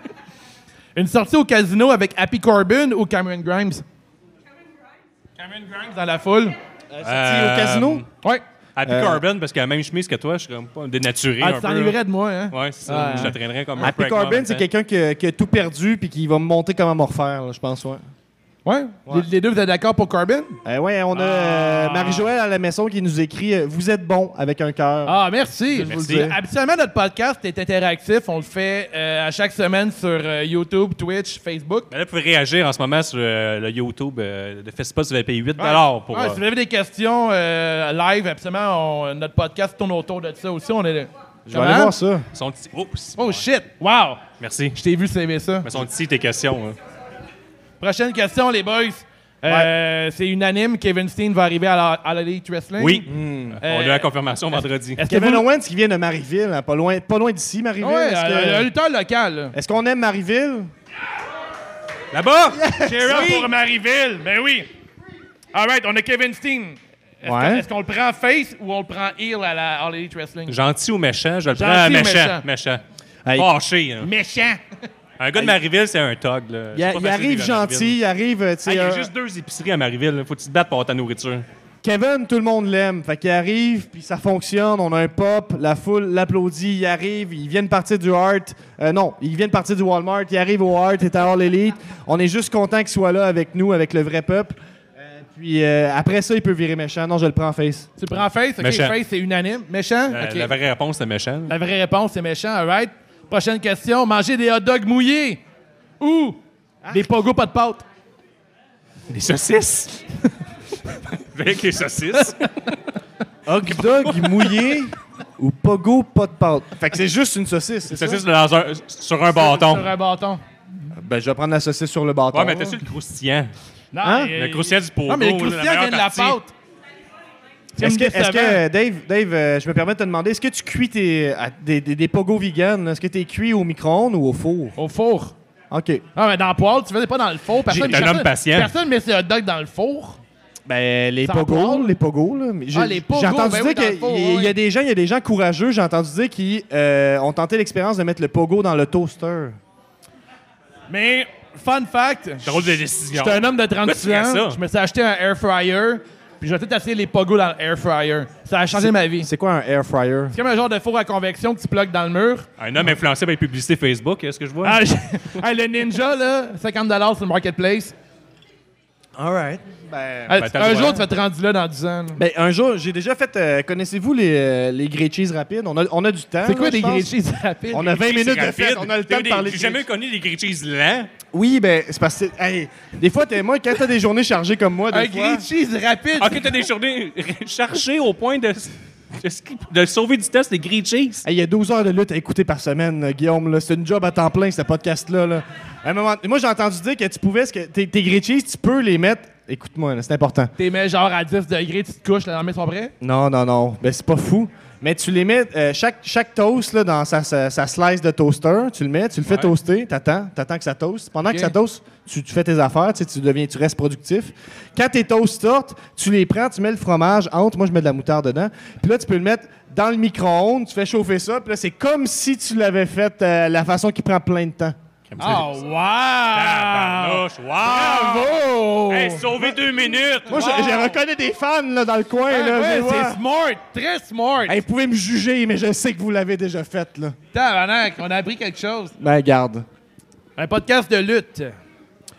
Speaker 1: Une sortie au casino avec Happy Corbin ou Cameron Grimes? Cameron Grimes dans la foule.
Speaker 4: Petit
Speaker 3: Euh,
Speaker 4: au casino?
Speaker 1: Ouais.
Speaker 3: Happy
Speaker 4: Euh,
Speaker 3: Corbin, parce qu'il a la même chemise que toi, je serais pas dénaturé.
Speaker 1: Ah,
Speaker 3: un
Speaker 1: tu
Speaker 3: peu, là.
Speaker 1: t'ennuierais de moi, hein?
Speaker 3: Ouais, c'est ça.
Speaker 1: Ouais.
Speaker 3: Je la traînerais comme un
Speaker 4: Happy
Speaker 3: crack mort,
Speaker 4: Corbin, c'est
Speaker 3: hein.
Speaker 4: quelqu'un qui, a- qui a tout perdu puis qui va me monter comment me refaire, là, je pense, ouais.
Speaker 1: Ouais. Les, les deux, vous êtes d'accord pour Corbin?
Speaker 4: Euh, ouais, on a
Speaker 3: Ah.
Speaker 4: euh, Marie-Joëlle à la maison qui nous écrit euh, Vous êtes bon avec un cœur.
Speaker 1: Ah, merci.
Speaker 4: vous le
Speaker 1: Merci.
Speaker 4: dire.
Speaker 1: Habituellement, notre podcast est interactif. On le fait euh, à chaque semaine sur euh, YouTube, Twitch, Facebook.
Speaker 3: Mais là, vous pouvez réagir en ce moment sur euh, le YouTube euh, de Festival. Vous avez payé 8 pour.
Speaker 1: Ouais,
Speaker 3: euh,
Speaker 1: Si vous avez des questions euh, live, absolument, on- notre podcast tourne autour de ça aussi. On est...
Speaker 4: je vais aller voir ça.
Speaker 3: son petit. Oups.
Speaker 1: Oh shit! Wow!
Speaker 3: Merci.
Speaker 1: Je t'ai vu s'aimer ça.
Speaker 3: Mais sont ici tes questions. hein.
Speaker 1: Prochaine question, les boys. Euh, C'est unanime, Kevin Steen va arriver à la, à la Elite Wrestling.
Speaker 3: Oui. On a eu
Speaker 1: Euh,
Speaker 3: la confirmation vendredi.
Speaker 1: Est-ce que
Speaker 4: Kevin
Speaker 1: vous...
Speaker 4: Owens qui vient de Marieville, hein, pas loin, pas loin d'ici, Marieville.
Speaker 1: Ouais,
Speaker 4: Est-ce que-
Speaker 1: un- un lutteur local. là.
Speaker 4: Est-ce qu'on aime Marieville?
Speaker 3: Là-bas!
Speaker 1: Cheer up
Speaker 4: Oui.
Speaker 1: pour Marieville, ben oui. All right, on a Kevin Steen. Est-ce
Speaker 4: Ouais.
Speaker 1: qu'on- est-ce qu'on le prend face ou on le prend heel à la All Elite Wrestling?
Speaker 3: Gentil ou méchant? Je le prends
Speaker 1: Gentil ou
Speaker 3: méchant.
Speaker 1: méchant?
Speaker 3: Méchant.
Speaker 4: Hey.
Speaker 3: Fâché. hein.
Speaker 1: Méchant!
Speaker 3: Un gars de Marieville, c'est un tog. là.
Speaker 4: Il, il
Speaker 3: C'est pas facile
Speaker 4: arrive
Speaker 3: de vivre à
Speaker 4: gentil, il arrive. euh, tu sais,
Speaker 3: Marieville. Hey, Il y a
Speaker 4: euh,
Speaker 3: juste deux épiceries à Marieville. là. Faut que tu te battes pour avoir ta nourriture.
Speaker 4: Kevin, tout le monde l'aime. Fait qu'il arrive, puis ça fonctionne. On a un pop, la foule l'applaudit. Il arrive, il vient de partir du Heart. Euh, non, il vient de partir du Walmart. Il arrive au Heart, il est à All Elite. On est juste content qu'il soit là avec nous, avec le vrai peuple. Euh, puis euh, après ça, il peut virer méchant. Non, je le prends en face.
Speaker 1: Tu le prends face, ok?
Speaker 3: Méchant.
Speaker 1: Face, c'est unanime. Méchant?
Speaker 3: Euh,
Speaker 1: Ok.
Speaker 3: La vraie réponse, c'est méchant.
Speaker 4: Ah,
Speaker 1: La vraie réponse, c'est méchant, all right? Prochaine question, manger des hot dogs mouillés ou des
Speaker 3: Ah.
Speaker 1: pogos pas de pâte?
Speaker 3: Les saucisses. Avec les saucisses.
Speaker 4: Hog dog mouillé ou pogo pas de pâte. Fait que c'est juste une saucisse. c'est
Speaker 3: Les saucisses
Speaker 4: ça?
Speaker 3: dans un- sur un bâton.
Speaker 1: Sur un
Speaker 3: Hein?
Speaker 1: bâton.
Speaker 4: Ben, je vais prendre la saucisse sur le bâton.
Speaker 3: Ouais, mais
Speaker 4: là.
Speaker 3: t'as su le croustillant.
Speaker 1: Non,
Speaker 4: Hein?
Speaker 1: mais-
Speaker 3: Le croustillant du pogo.
Speaker 1: Non, mais le
Speaker 3: la
Speaker 1: croustillant
Speaker 3: meilleure
Speaker 1: vient de la
Speaker 3: partie.
Speaker 1: pâte.
Speaker 4: Est-ce que,
Speaker 1: C'est
Speaker 4: est-ce que,
Speaker 1: décevant.
Speaker 4: euh, Dave, Dave euh, je me permets de te demander, est-ce que tu cuis tes, à- des, des, des pogos vegan? là? Est-ce que tu es cuit au micro-ondes ou au four?
Speaker 1: Au four.
Speaker 4: OK. OK.
Speaker 1: Ah, mais dans le poêle, tu faisais pas dans le four. Personne,
Speaker 3: J'ai- t'es un
Speaker 1: personne-
Speaker 3: homme patient.
Speaker 1: Personne met ses hot dogs dans le four.
Speaker 4: Ben, les
Speaker 1: Ça
Speaker 4: pogos,
Speaker 1: parle?
Speaker 4: les pogos, là. mais J'ai
Speaker 1: Ah, les pogos,
Speaker 4: j'ai entendu
Speaker 1: ben oui,
Speaker 4: dire
Speaker 1: dans le
Speaker 4: qu'il
Speaker 1: fond,
Speaker 4: y, y a
Speaker 1: ouais.
Speaker 4: des gens, il y a des gens courageux, j'ai entendu dire qui euh, ont tenté l'expérience de mettre le pogo dans le toaster.
Speaker 5: Mais, fun fact,
Speaker 3: Drôle de décision.
Speaker 1: J'étais un homme de
Speaker 3: Pourquoi
Speaker 1: 36
Speaker 3: tu fais ça?
Speaker 1: ans. Je me suis acheté un air fryer. Puis j'ai tout essayé les pogos dans l'air fryer. Ça a changé ma vie.
Speaker 4: C'est quoi un air fryer?
Speaker 1: C'est comme un genre de four à convection que tu plugues dans le mur.
Speaker 3: Un homme influencé par les publicités Facebook, est-ce que je vois?
Speaker 1: Ah, j'ai- Hey, le Ninja, là, 50 sur le marketplace.
Speaker 4: All right.
Speaker 1: Hey,
Speaker 3: ben, t'as le
Speaker 1: un
Speaker 3: droit.
Speaker 1: jour, tu vas te rendre là dans 10 ans. là.
Speaker 4: Ben, un jour, j'ai déjà fait. euh, Connaissez-vous les, euh, les grilled cheese rapides? On a, on a du temps.
Speaker 1: C'est quoi
Speaker 4: là,
Speaker 1: des
Speaker 4: je pense.
Speaker 1: grilled cheese rapides?
Speaker 4: On a 20 minutes de
Speaker 3: rapide.
Speaker 4: fête, on a le temps
Speaker 3: T'as
Speaker 4: de
Speaker 3: des-
Speaker 4: parler de
Speaker 3: J'ai jamais connu les grilled cheese lents.
Speaker 4: Oui, ben, c'est parce que. hey, des fois, t'es moi, quand t'as des journées chargées comme moi, des
Speaker 1: Un
Speaker 4: fois-
Speaker 1: grilled cheese rapide.
Speaker 3: Ah, Ok, t'as des journées chargées au point de, de, skip- de sauver du test des grilled cheese.
Speaker 4: Hey, Il y a 12 heures de lutte à écouter par semaine, euh, Guillaume. là. C'est une job à temps plein, ce podcast-là. là. À un moment- Moi, j'ai entendu dire que tu pouvais, ce que tes, tes grilled cheese, tu peux les mettre. Écoute-moi, là, c'est important.
Speaker 1: T'es mets genre à 10 degrés, tu te couches, les lendemain, ils sont prêts?
Speaker 4: Non, non, non. Ben, c'est pas fou. Mais tu les mets, euh, chaque, chaque toast là, dans sa, sa- sa slice de toaster, tu le mets, tu le fais toaster, t'attends, t'attends que ça toast. Pendant que
Speaker 1: Ok.
Speaker 4: ça toast, tu, tu fais tes affaires, tu, sais, tu deviens, tu restes productif. Quand tes toasts sortent, tu les prends, tu mets le fromage entre, moi je mets de la moutarde dedans, puis là tu peux le mettre dans le micro-ondes, tu fais chauffer ça, puis là c'est comme si tu l'avais fait euh, la façon qui prend plein de temps. Ah,
Speaker 1: Oh, wow!
Speaker 3: Tabarnouche, wow!
Speaker 1: Bravo!
Speaker 3: Hey, sauver deux minutes!
Speaker 4: Moi, je, je reconnais des fans là, dans le coin.
Speaker 1: Ah,
Speaker 4: là,
Speaker 1: ouais,
Speaker 4: je vois.
Speaker 1: c'est smart, très smart.
Speaker 4: Hey, vous pouvez me juger, mais je sais que vous l'avez déjà fait. Là.
Speaker 1: Tabarnak, on a appris quelque chose.
Speaker 4: Ben, garde.
Speaker 1: Un podcast de lutte.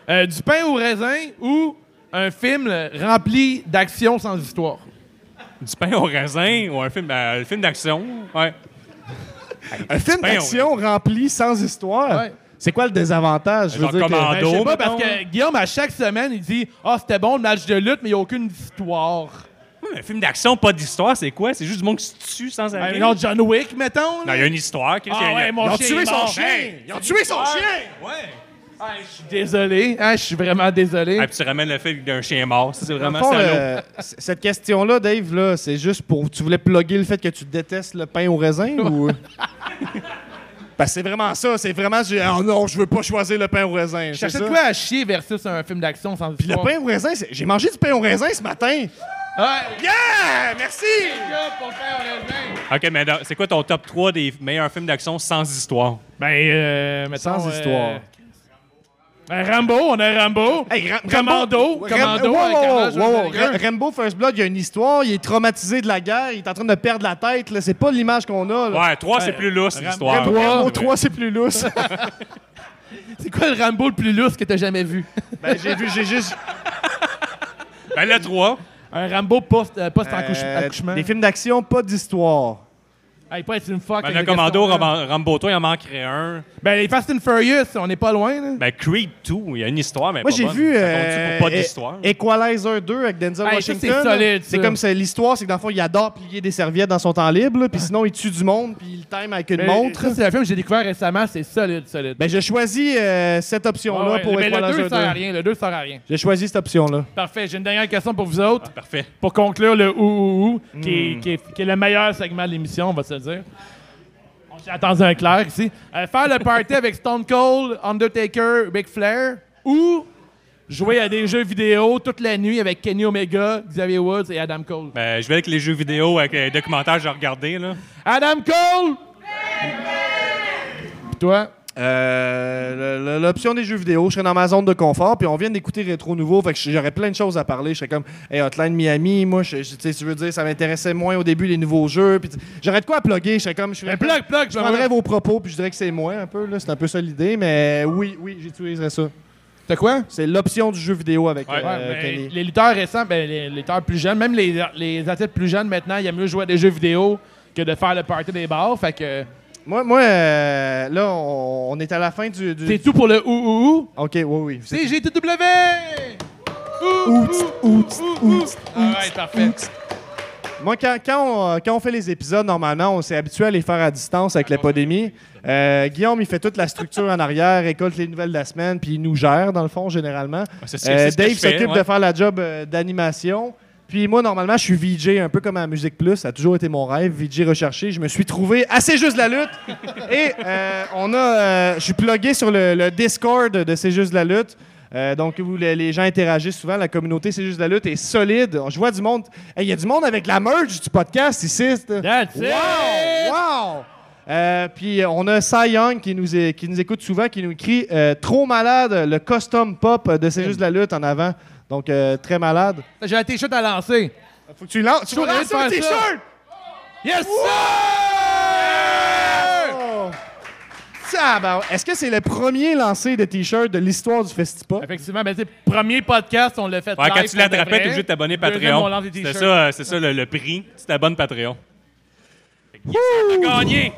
Speaker 1: Euh, du pain au raisin ou un film là, rempli d'action sans histoire.
Speaker 3: Du pain au raisin ou un film, euh, le film d'action. Ouais.
Speaker 4: Un film
Speaker 3: pain,
Speaker 4: d'action rempli sans histoire.
Speaker 1: Ben, Ouais.
Speaker 4: C'est quoi le désavantage? Je veux
Speaker 3: Genre
Speaker 4: dire que-
Speaker 3: commando.
Speaker 1: Ben, je sais pas,
Speaker 3: mettons,
Speaker 1: parce que Guillaume, à chaque semaine, il dit « Ah, c'était bon, le match de lutte, mais il n'y a aucune histoire.
Speaker 3: Hum, Un film d'action, pas d'histoire, c'est quoi? C'est juste du monde qui se tue sans
Speaker 1: Ben,
Speaker 3: arrêt?
Speaker 1: genre John Wick, mettons.
Speaker 3: Ah, Non,
Speaker 1: là.
Speaker 3: il y a une histoire. qu'est-ce qu'il
Speaker 1: ah
Speaker 3: y a-
Speaker 1: ouais, mon
Speaker 4: Ils ont
Speaker 1: chien
Speaker 4: tué
Speaker 1: est
Speaker 4: son
Speaker 1: mort.
Speaker 4: chien!
Speaker 1: Hey,
Speaker 4: Ils ont tué son chien!
Speaker 3: Ouais.
Speaker 1: hey, Ah, je suis désolé. hein, je suis vraiment désolé.
Speaker 3: Ah, puis tu ramènes le fait d'un chien mort. Ça, c'est
Speaker 4: Dans le
Speaker 3: vraiment
Speaker 4: fond,
Speaker 3: salaud.
Speaker 4: euh, c- cette question-là, Dave, là, c'est juste pour. Tu voulais plugger le fait que tu détestes le pain au raisin ou. Parce que c'est vraiment ça. C'est vraiment. j'ai- Oh non, je veux pas choisir le pain au
Speaker 1: Je
Speaker 4: raisin.
Speaker 1: cherchais de
Speaker 4: c'est ça?
Speaker 1: quoi à chier versus un film d'action sans
Speaker 4: Puis le
Speaker 1: histoire.
Speaker 4: pain au raisin, c'est- j'ai mangé du pain au raisin ce matin.
Speaker 1: Ouais,
Speaker 4: Yeah! Merci!
Speaker 1: gars, pour faire le raisin.
Speaker 3: Ok, mais dans- c'est quoi ton top 3 des meilleurs films d'action sans histoire?
Speaker 1: Ben, euh, mettons,
Speaker 4: Sans
Speaker 1: euh,
Speaker 4: histoire.
Speaker 1: ben, Rambo, on a Rambo.
Speaker 4: Hey, Ra-
Speaker 1: Commando,
Speaker 4: Rambo-
Speaker 1: Commando,
Speaker 4: Ram-
Speaker 1: avec hein.
Speaker 4: wow, wow,
Speaker 1: Arnold
Speaker 4: wow, wow.
Speaker 1: Schwarzenegger.
Speaker 4: Ra- Rambo First Blood, il y a une histoire, il est traumatisé de la guerre, il est en train de perdre la tête, là. c'est pas l'image qu'on a. là.
Speaker 3: Ouais, 3, c'est plus lousse, l'histoire.
Speaker 4: Rambo
Speaker 3: Ouais.
Speaker 4: 3, c'est plus lousse.
Speaker 1: C'est quoi le Rambo le plus lousse que t'as jamais vu?
Speaker 4: ben, j'ai vu, j'ai juste.
Speaker 3: Ben, le 3.
Speaker 1: Un Rambo post- euh,
Speaker 4: Euh,
Speaker 1: post-accouchement.
Speaker 4: des films d'action, pas d'histoire.
Speaker 1: Hey, pas Ah, être une fuck.
Speaker 3: Ben,
Speaker 1: avec
Speaker 3: le
Speaker 1: les
Speaker 3: commando,
Speaker 1: questions, là.
Speaker 4: euh,
Speaker 3: Rambo, Rambo 3, il en manquerait un.
Speaker 1: Ben, les Fast and Furious, on n'est pas loin, là.
Speaker 3: Ben, Creed 2, il y a une histoire, mais
Speaker 4: Moi,
Speaker 3: pas
Speaker 4: j'ai
Speaker 3: bonne.
Speaker 4: vu.
Speaker 3: Ça compte-tu
Speaker 4: euh,
Speaker 3: pour pas
Speaker 4: E-
Speaker 3: d'histoire?
Speaker 4: Equalizer 2 avec Denzel
Speaker 1: Hey, ça, c'est
Speaker 4: Washington. là.
Speaker 1: solide,
Speaker 4: C'est
Speaker 1: ça.
Speaker 4: comme ça, l'histoire, c'est que dans le fond, il adore plier des serviettes dans son temps libre, là, puis sinon, il tue du monde, puis il le time avec une
Speaker 1: Mais
Speaker 4: Ben, montre.
Speaker 1: Ben, Ça, c'est un film que j'ai découvert récemment, c'est solide, solide. Ah
Speaker 4: Ben, je choisis euh, cette option-là
Speaker 1: Ouais, ouais,
Speaker 4: pour
Speaker 1: mais le 2
Speaker 4: Equalizer
Speaker 1: sert à
Speaker 4: 2.
Speaker 1: rien, le 2 sert à rien.
Speaker 4: J'ai choisi cette option-là.
Speaker 1: Parfait, j'ai une dernière question pour vous autres.
Speaker 3: Parfait.
Speaker 1: Pour conclure le ou ou ou, qui, est, qui est- qui est le meilleur segment de l'émission, on va se le dire. On s'est attendu un clair ici. Euh, faire le party avec Stone Cold, Undertaker, Ric Flair ou jouer à des jeux vidéo toute la nuit avec Kenny Omega, Xavier Woods et Adam Cole.
Speaker 3: Ben, je vais avec les jeux vidéo, avec les documentaires que j'ai regardés, là.
Speaker 1: Adam Cole! Pis toi?
Speaker 4: Euh, le- le- L'option des jeux vidéo, je serais dans ma zone de confort, puis on vient d'écouter Rétro Nouveau, fait que j'aurais plein de choses à parler. Je serais comme, hey, Hotline Miami, moi, je, je- tu sais, tu veux dire, ça m'intéressait moins au début les nouveaux jeux, puis tu- j'aurais de quoi à plugger. Je serais comme, je ferais-
Speaker 1: Mais Ben, plug, plug,
Speaker 4: je
Speaker 1: je m'en vais.
Speaker 4: prendrais vos propos, puis je dirais que c'est moi un peu, là. C'est un peu ça l'idée, mais oui, oui, j'utiliserais ça.
Speaker 1: T'as quoi?
Speaker 4: C'est l'option du jeu vidéo avec
Speaker 3: Ouais,
Speaker 4: euh,
Speaker 1: Ouais, ben,
Speaker 4: Kenny.
Speaker 1: les lutteurs récents, ben, les les lutteurs plus jeunes, même les, les athlètes plus jeunes maintenant, il y a mieux jouer à des jeux vidéo que de faire le party des bars. Fait que
Speaker 4: Moi, moi euh, là, on, on est à la fin du. du-
Speaker 1: c'est tout pour le ou ou ou.
Speaker 4: Ok, oui, oui.
Speaker 1: C'est GTW! Ouh,
Speaker 4: Outs, outs, outs,
Speaker 1: Alright, Ah parfait.
Speaker 4: Moi, quand, quand on, euh, quand on fait les épisodes, normalement, on s'est habitué à les faire à distance avec la pandémie. Euh, Guillaume, il fait toute la structure en arrière, récolte les nouvelles de la semaine, puis il nous gère, dans le fond, généralement.
Speaker 3: c'est- c'est
Speaker 4: Euh,
Speaker 3: ce que
Speaker 4: Dave
Speaker 3: je fais,
Speaker 4: s'occupe
Speaker 3: ouais.
Speaker 4: de faire la job euh, d'animation. Puis moi, normalement, je suis VJ, un peu comme à Musique Plus. Ça a toujours été mon rêve, VJ recherché. Je me suis trouvé assez juste la lutte. Et euh, on a, euh, je suis plugué sur le, le Discord de C'est juste la lutte. Euh, donc, où les, les gens interagissent souvent. La communauté C'est juste la lutte est solide. Je vois du monde. Hey, Il y a du monde avec la merge du podcast ici. c'est-
Speaker 1: That's it!
Speaker 4: Wow! Wow! Euh, puis euh, on a Cy Young qui nous, é- qui nous écoute souvent, qui nous crie euh, Trop malade, le custom pop euh, de
Speaker 1: Mm.
Speaker 4: C'est juste la lutte en avant. Donc, euh, très malade.
Speaker 6: J'ai un t-shirt à lancer.
Speaker 4: Faut que tu lances. Tu
Speaker 6: Faut
Speaker 4: vas lancer un
Speaker 6: faire ça.
Speaker 4: t-shirt!
Speaker 6: Yes, sir!
Speaker 4: Oh! Ah, ben, Est-ce que c'est le premier lancé de t-shirt de l'histoire du Festival?
Speaker 1: Effectivement, ben, tu sais, premier podcast, on l'a fait
Speaker 3: Ouais, quand
Speaker 1: live
Speaker 3: tu
Speaker 1: pour de
Speaker 3: l'attrapais,
Speaker 1: vrai.
Speaker 3: t'es obligé de t'abonner
Speaker 1: Deuxième, on
Speaker 3: Patreon.
Speaker 1: lance des
Speaker 3: C'est
Speaker 1: t-shirts.
Speaker 3: ça, euh, c'est ça le, le prix. Tu t'abonnes Patreon. Fait que, yes, t'as gagné!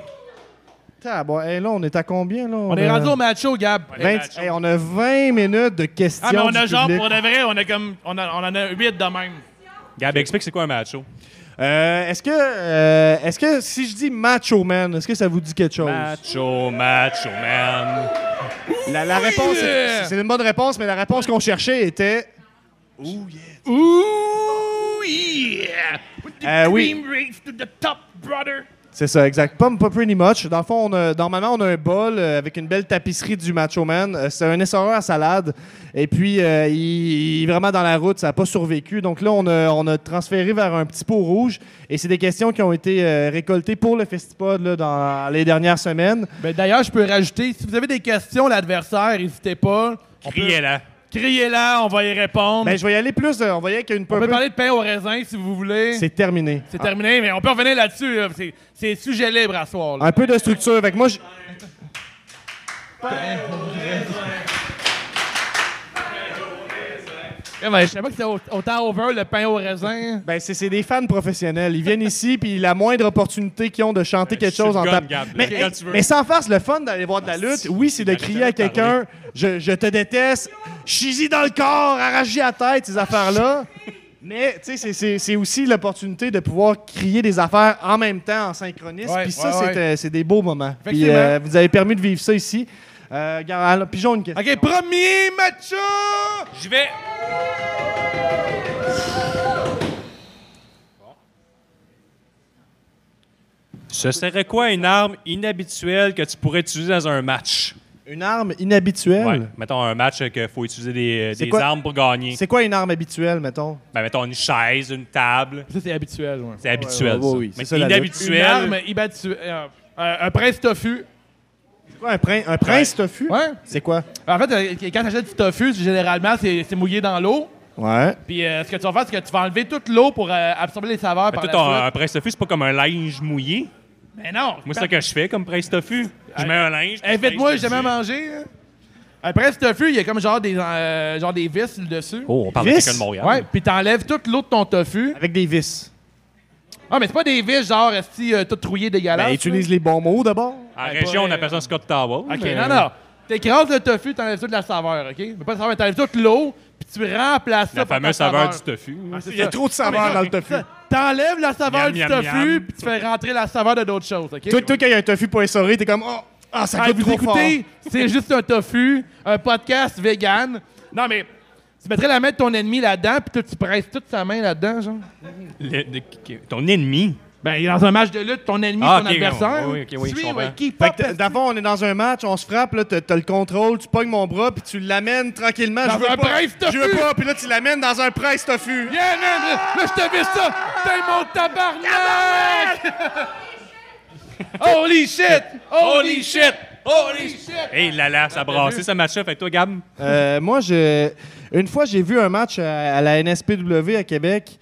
Speaker 4: Ah, bon, hey, là, on est à combien? Là?
Speaker 1: On est rendu au macho, Gab.
Speaker 3: Ouais.
Speaker 4: 20... hey, on a 20 minutes de questions.
Speaker 1: Ah, mais on
Speaker 4: du
Speaker 1: a genre,
Speaker 4: public.
Speaker 1: pour de vrai, on, a comme, on, a- on en a huit de même.
Speaker 3: Gab, explique c'est quoi un macho.
Speaker 4: Euh, est-ce que, euh, est-ce que si je dis Macho Man, est-ce que ça vous dit quelque chose?
Speaker 3: Macho, macho, man.
Speaker 4: La, la réponse, c'est- c'est une bonne réponse, mais la réponse qu'on cherchait était.
Speaker 6: Ooh, yeah!
Speaker 4: Euh, oui,
Speaker 6: race to the top, brother!
Speaker 4: c'est ça, exact. Pas, pas pretty much. Dans le fond, on a- normalement, on a un bol euh, avec une belle tapisserie du Macho Man. Euh, C'est un essoreur à salade. Et puis, euh, il, il est vraiment dans la route. Ça n'a pas survécu. Donc là, on a, on a transféré vers un petit pot rouge. Et c'est des questions qui ont été euh, récoltées pour le Festipod là, dans les dernières semaines.
Speaker 1: Ben, D'ailleurs, je peux rajouter, si vous avez des questions, l'adversaire, n'hésitez pas. On peut-
Speaker 3: Criez là.
Speaker 1: Criez-la, on va y répondre.
Speaker 4: Mais je vais y aller plus. euh, on voyait qu'il y a une
Speaker 1: on
Speaker 4: un
Speaker 1: peut
Speaker 4: peu-
Speaker 1: parler de pain au raisin si vous voulez.
Speaker 4: C'est terminé.
Speaker 1: C'est terminé, mais on peut revenir là-dessus. là. C'est- C'est sujet libre à soir. là.
Speaker 4: Un peu de structure. Fait que moi, je-
Speaker 1: Eh ben, je savais pas que c'était au- autant over le pain au raisin.
Speaker 4: Ben, c'est c'est des fans professionnels. Ils viennent ici, puis la moindre opportunité qu'ils ont de chanter quelque chose en
Speaker 3: shotgun,
Speaker 4: tape.
Speaker 3: Gab, là,
Speaker 4: Mais,
Speaker 3: quand tu veux.
Speaker 4: mais sans farce, le fun d'aller voir de la lutte, oui, c'est de crier à quelqu'un je, je te déteste, chizi dans le corps, arraché à tête, ces affaires-là. Mais, tu sais, c'est- c'est- c'est aussi l'opportunité de pouvoir crier des affaires en même temps, en synchronisme.
Speaker 1: Ouais,
Speaker 4: puis ça,
Speaker 1: ouais,
Speaker 4: c'est
Speaker 1: ouais.
Speaker 4: euh, c'est des beaux moments. Puis
Speaker 1: Effectivement.
Speaker 4: euh, vous avez permis de vivre ça ici. Euh, regarde, alors, Pigeon, une question.
Speaker 6: Ok, premier macho!
Speaker 3: J'y vais. Ce serait quoi une arme inhabituelle que tu pourrais utiliser dans un match?
Speaker 4: Une arme inhabituelle.
Speaker 3: Ouais. Mettons un match euh, qu'il faut utiliser des,
Speaker 4: C'est
Speaker 3: des
Speaker 4: quoi-
Speaker 3: armes pour gagner.
Speaker 4: C'est quoi une arme habituelle, mettons?
Speaker 3: Ben, mettons une chaise, une table.
Speaker 1: Ça, c'est habituel. ouais.
Speaker 3: C'est habituel.
Speaker 4: ouais, ouais, oui,
Speaker 3: ça.
Speaker 4: c'est
Speaker 3: Mais
Speaker 4: ça, la
Speaker 1: Une
Speaker 4: lutte.
Speaker 3: inhabituel.
Speaker 1: arme ibattu- euh, euh, un prince tofu.
Speaker 4: C'est quoi un, prin- un prince tofu?
Speaker 1: Ouais.
Speaker 4: C'est quoi?
Speaker 1: En fait, euh, quand t'achètes du tofu, généralement, c'est c'est mouillé dans l'eau.
Speaker 4: Ouais.
Speaker 1: Puis euh, ce que tu vas faire, c'est que tu vas enlever toute l'eau pour euh, absorber les saveurs
Speaker 3: Ben,
Speaker 1: par la
Speaker 3: toi, ton-
Speaker 1: suite.
Speaker 3: un prince tofu, c'est pas comme un linge mouillé.
Speaker 1: Mais non!
Speaker 3: Moi, c'est ça que je fais comme prince tofu. Je mets un linge.
Speaker 1: Hey, Eh, faites-moi,
Speaker 3: prince
Speaker 1: j'ai
Speaker 3: tofu.
Speaker 1: jamais mangé. hein. Après ce tofu, il y a comme genre des, euh, genre des vis sur le dessus.
Speaker 3: Oh, on parle de
Speaker 4: Vis?
Speaker 3: quelqu'un de Montréal.
Speaker 1: Ouais, puis t'enlèves toute l'eau de ton tofu.
Speaker 4: Avec des vis.
Speaker 1: Ah, mais c'est pas des vis genre si tout trouillé dégueulasse.
Speaker 4: Ben,
Speaker 1: là.
Speaker 4: utilise les bons mots d'abord.
Speaker 3: En
Speaker 1: Ouais,
Speaker 3: région,
Speaker 1: pas,
Speaker 3: on
Speaker 1: euh,
Speaker 3: appelle ça un Scott Tower. Euh,
Speaker 1: Ok, non, non. T'écrases le tofu, t'enlèves toute la saveur, ok? Mais pas la saveur, mais t'enlèves toute l'eau, puis tu remplaces ça.
Speaker 3: La
Speaker 1: par ta
Speaker 3: fameuse saveur du tofu.
Speaker 1: Ah, c'est
Speaker 4: Il y a
Speaker 1: ça.
Speaker 4: trop de saveurs dans le tofu.
Speaker 1: T'enlèves la saveur
Speaker 3: Miam,
Speaker 1: du
Speaker 3: miam,
Speaker 1: tofu,
Speaker 3: miam.
Speaker 1: puis tu fais rentrer la saveur de d'autres choses, ok?
Speaker 4: Toi, toi, quand il y a un tofu pas essoré, t'es comme, oh, ah, ça
Speaker 1: Ah,
Speaker 4: coûte
Speaker 1: vous
Speaker 4: trop fort.
Speaker 1: écoutez, c'est juste un tofu, un podcast vegan. Non, mais tu mettrais la main de ton ennemi là-dedans, puis toi, tu presses toute sa main là-dedans, genre.
Speaker 3: Le- le- qui- ton ennemi.
Speaker 1: Ben, il est dans un match de lutte, ton ennemi,
Speaker 3: Ah,
Speaker 1: ton
Speaker 3: ok,
Speaker 1: adversaire.
Speaker 3: oui, oui, ok, oui, je
Speaker 1: Suis,
Speaker 3: comprends.
Speaker 1: ouais, keep
Speaker 4: Fait
Speaker 1: up,
Speaker 4: que t- d'abord, on est dans un match, on se frappe, là, t'as t'as le contrôle, tu pognes mon bras, puis tu l'amènes tranquillement.
Speaker 1: Dans
Speaker 4: je veux
Speaker 1: un
Speaker 4: pas,
Speaker 1: prince tofu.
Speaker 4: Je veux pas, puis là, tu l'amènes dans un prince tofu.
Speaker 1: Yeah, man, là, là, je te vise ça! T'es mon tabarnak! Holy shit! Holy shit! Holy shit!
Speaker 3: Hey là là, ça a brassé ce match-là. Fait que toi, Gab,
Speaker 4: Euh, moi, je, une fois, j'ai vu un match à, à la NSPW à Québec.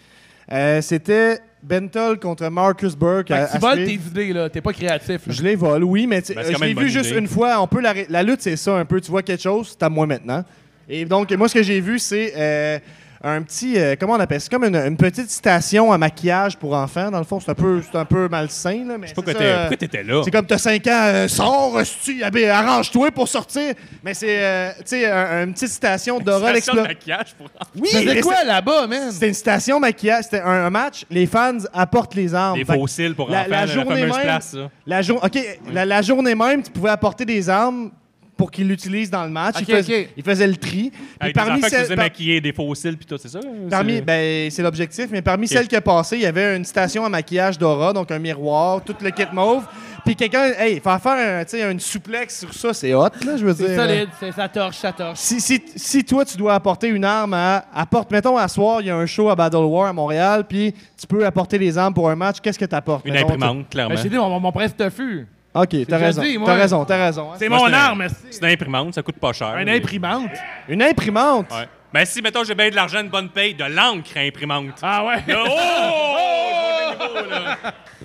Speaker 4: Euh, C'était Bentol contre Marcus Burke.
Speaker 1: Fait
Speaker 4: à-
Speaker 1: que tu
Speaker 4: à
Speaker 1: voles
Speaker 4: Smith.
Speaker 1: tes idées, là. T'es pas créatif. là.
Speaker 4: Euh, Je les vole, oui, mais tu-
Speaker 3: Ben, c'est
Speaker 4: euh,
Speaker 3: quand
Speaker 4: je
Speaker 3: même
Speaker 4: l'ai
Speaker 3: une
Speaker 4: vu
Speaker 3: bonne
Speaker 4: juste
Speaker 3: idée.
Speaker 4: une fois. On peut la, ré- la lutte, c'est ça un peu. Tu vois quelque chose, c'est à moi maintenant. Et donc, moi, ce que j'ai vu, c'est euh, un petit. euh, comment on appelle ça C'est comme une, une petite station à maquillage pour enfants. Dans le fond, c'est un peu, c'est un peu malsain. Là, mais
Speaker 3: pourquoi
Speaker 4: c'est ça,
Speaker 3: t'es-
Speaker 4: euh,
Speaker 3: pourquoi t'étais là?
Speaker 4: C'est comme t'as 5 ans, euh, sors, hostie, ah ben, arrange-toi pour sortir. Mais c'est, euh, tu sais, un- une petite station d'Oral
Speaker 3: station
Speaker 4: Explorer.
Speaker 3: de maquillage pour
Speaker 4: Oui,
Speaker 1: Faisais
Speaker 4: mais
Speaker 1: quoi là-bas, man?
Speaker 4: c'était une station maquillage, c'était un, un match. Les fans apportent les armes.
Speaker 3: Des
Speaker 4: Fait que
Speaker 3: faux cils pour enfants, la fameuse place, ça.
Speaker 4: la, jour- OK, la, la journée même, tu pouvais apporter des armes. pour qu'il l'utilise dans le match.
Speaker 7: Ok,
Speaker 4: il, faisait,
Speaker 7: ok.
Speaker 4: il faisait le tri. Puis
Speaker 3: Avec des affaires que tu
Speaker 4: celles-
Speaker 3: faisais
Speaker 4: par-
Speaker 3: maquiller des fossiles puis tout, c'est ça? hein?
Speaker 4: Parmi,
Speaker 3: C'est-
Speaker 4: ben, c'est l'objectif, mais parmi celles qui a passé, il y avait une station à maquillage d'aura, donc un miroir, tout le kit mauve. Puis quelqu'un, hey, faire faire un, tu sais, une souplex sur ça, c'est hot, là, je veux dire. euh,
Speaker 1: C'est solide, c'est- ça torche, ça torche.
Speaker 4: Si, si, si toi, tu dois apporter une arme à. Apporte, mettons, à soir, il y a un show à Battle War à Montréal, puis tu peux apporter des armes pour un match, qu'est-ce que tu apportes?
Speaker 3: Une imprimante, clairement.
Speaker 1: Ben, j'ai dit, mon, mon prince tofu.
Speaker 4: Ok, t'as
Speaker 1: déjà
Speaker 4: raison.
Speaker 1: dit, moi.
Speaker 4: T'as raison, t'as raison. hein.
Speaker 1: C'est
Speaker 3: Moi,
Speaker 1: mon
Speaker 3: c'est un-
Speaker 1: arme, c'est
Speaker 3: C'est une imprimante, ça coûte pas cher.
Speaker 1: un
Speaker 3: Et-
Speaker 1: imprimante.
Speaker 4: Une imprimante?
Speaker 3: Ouais. Ben, si, mettons, j'ai bien de l'argent, une bonne paye, de l'encre à imprimante.
Speaker 1: Ah ouais.
Speaker 3: Là, oh! oh! je vois le niveau, là.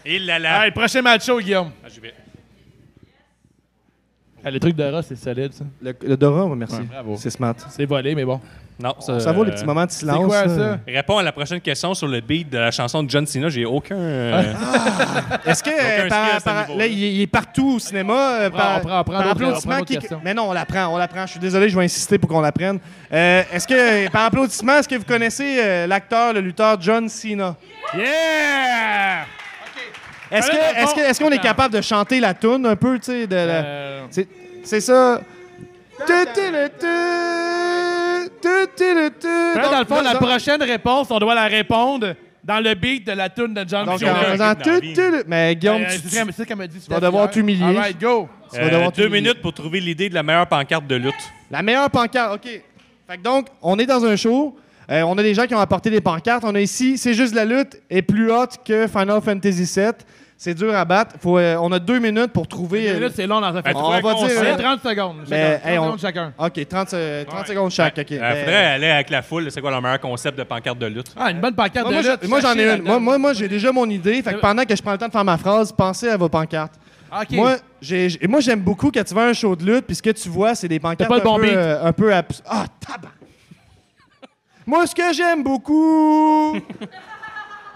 Speaker 3: Et là là.
Speaker 1: Hey, prochain match show, Guillaume.
Speaker 3: Ah, j'y vais.
Speaker 1: Ah, le truc de Ross, c'est solide, ça.
Speaker 4: Le, le Dora, ouais, merci.
Speaker 1: Ouais, bravo.
Speaker 4: c'est smart.
Speaker 1: C'est volé, mais bon.
Speaker 3: Non, ça,
Speaker 4: Ça vaut les
Speaker 3: euh,
Speaker 4: petits moments de silence.
Speaker 1: C'est quoi
Speaker 4: là.
Speaker 1: ça?
Speaker 3: Réponds à la prochaine question sur le beat de la chanson de John Cena. J'ai aucun. euh,
Speaker 4: Est-ce que euh,
Speaker 3: un
Speaker 4: par-
Speaker 3: skill à ce
Speaker 4: par-
Speaker 3: niveau-là.
Speaker 4: là, il, il est partout au cinéma euh,
Speaker 1: prend-
Speaker 4: par,
Speaker 1: on prend- on prend
Speaker 4: par
Speaker 1: d'autres- on prend
Speaker 4: applaudissement
Speaker 1: d'autres
Speaker 4: qui-
Speaker 1: questions.
Speaker 4: Mais non, on la prend, on la prend. Je suis désolé, je vais insister pour qu'on la prenne. Euh, est-ce que par applaudissement, est-ce que vous connaissez euh, l'acteur, le lutteur John Cena
Speaker 1: Yeah!
Speaker 4: Est-ce que
Speaker 1: Allez, dans le
Speaker 4: est-ce
Speaker 1: fond.
Speaker 4: que- est-ce qu'on est capable de chanter la tune un peu, tu sais de la-
Speaker 1: Euh,
Speaker 4: c'est, c'est ça. Dans,
Speaker 1: Là, dans le fond, la prochaine réponse, on doit la répondre dans le beat de la tune de John
Speaker 4: donc,
Speaker 1: Cena.
Speaker 4: en
Speaker 3: aucun
Speaker 4: faisant
Speaker 3: rythme dans la
Speaker 4: tu-
Speaker 3: vie.
Speaker 4: tu- mais Guillaume,
Speaker 1: Euh,
Speaker 4: tu-
Speaker 1: c'est ce qu'elle m'a dit. Tu
Speaker 4: vas devoir t'humilier.
Speaker 1: All right, go.
Speaker 4: tu vas devoir
Speaker 3: euh, deux
Speaker 4: t'humilier.
Speaker 3: minutes pour trouver l'idée de la meilleure pancarte de lutte.
Speaker 4: La meilleure pancarte, OK. Fait que donc, on est dans un show. euh, on a des gens qui ont apporté des pancartes. On a ici, c'est juste la lutte est plus haute que Final Fantasy VII. C'est dur à battre. Faut, euh, on a deux minutes pour trouver. euh,
Speaker 1: Là, c'est long dans un
Speaker 3: Ben,
Speaker 1: film.
Speaker 3: trouve
Speaker 4: va
Speaker 3: un
Speaker 4: dire,
Speaker 3: concept.
Speaker 1: C'est
Speaker 4: euh,
Speaker 1: 30 secondes.
Speaker 4: Mais,
Speaker 1: chacun. 30
Speaker 4: hey, on-
Speaker 1: secondes chacun.
Speaker 4: OK, 30, euh, 30 secondes chaque. OK.
Speaker 3: Il
Speaker 4: Ben,
Speaker 3: faudrait aller avec la foule. C'est quoi leur meilleur concept de pancarte de lutte?
Speaker 1: Ah, une bonne pancarte
Speaker 4: moi, moi,
Speaker 1: de
Speaker 4: je-
Speaker 1: lutte.
Speaker 4: moi, j'en ai
Speaker 1: Cherchez
Speaker 4: une. Moi,
Speaker 1: la-
Speaker 4: moi, moi, j'ai déjà mon idée. Fait que pendant que je prends le temps de faire ma phrase, pensez à vos pancartes.
Speaker 1: OK.
Speaker 4: Moi, j'ai, j'ai- moi, j'aime beaucoup quand tu vas à un show de lutte, puis ce que tu vois, c'est des pancartes
Speaker 1: pas le
Speaker 4: un,
Speaker 1: bon
Speaker 4: peu,
Speaker 1: beat.
Speaker 4: euh, un peu abs- Ah, tabac! moi, ce que j'aime beaucoup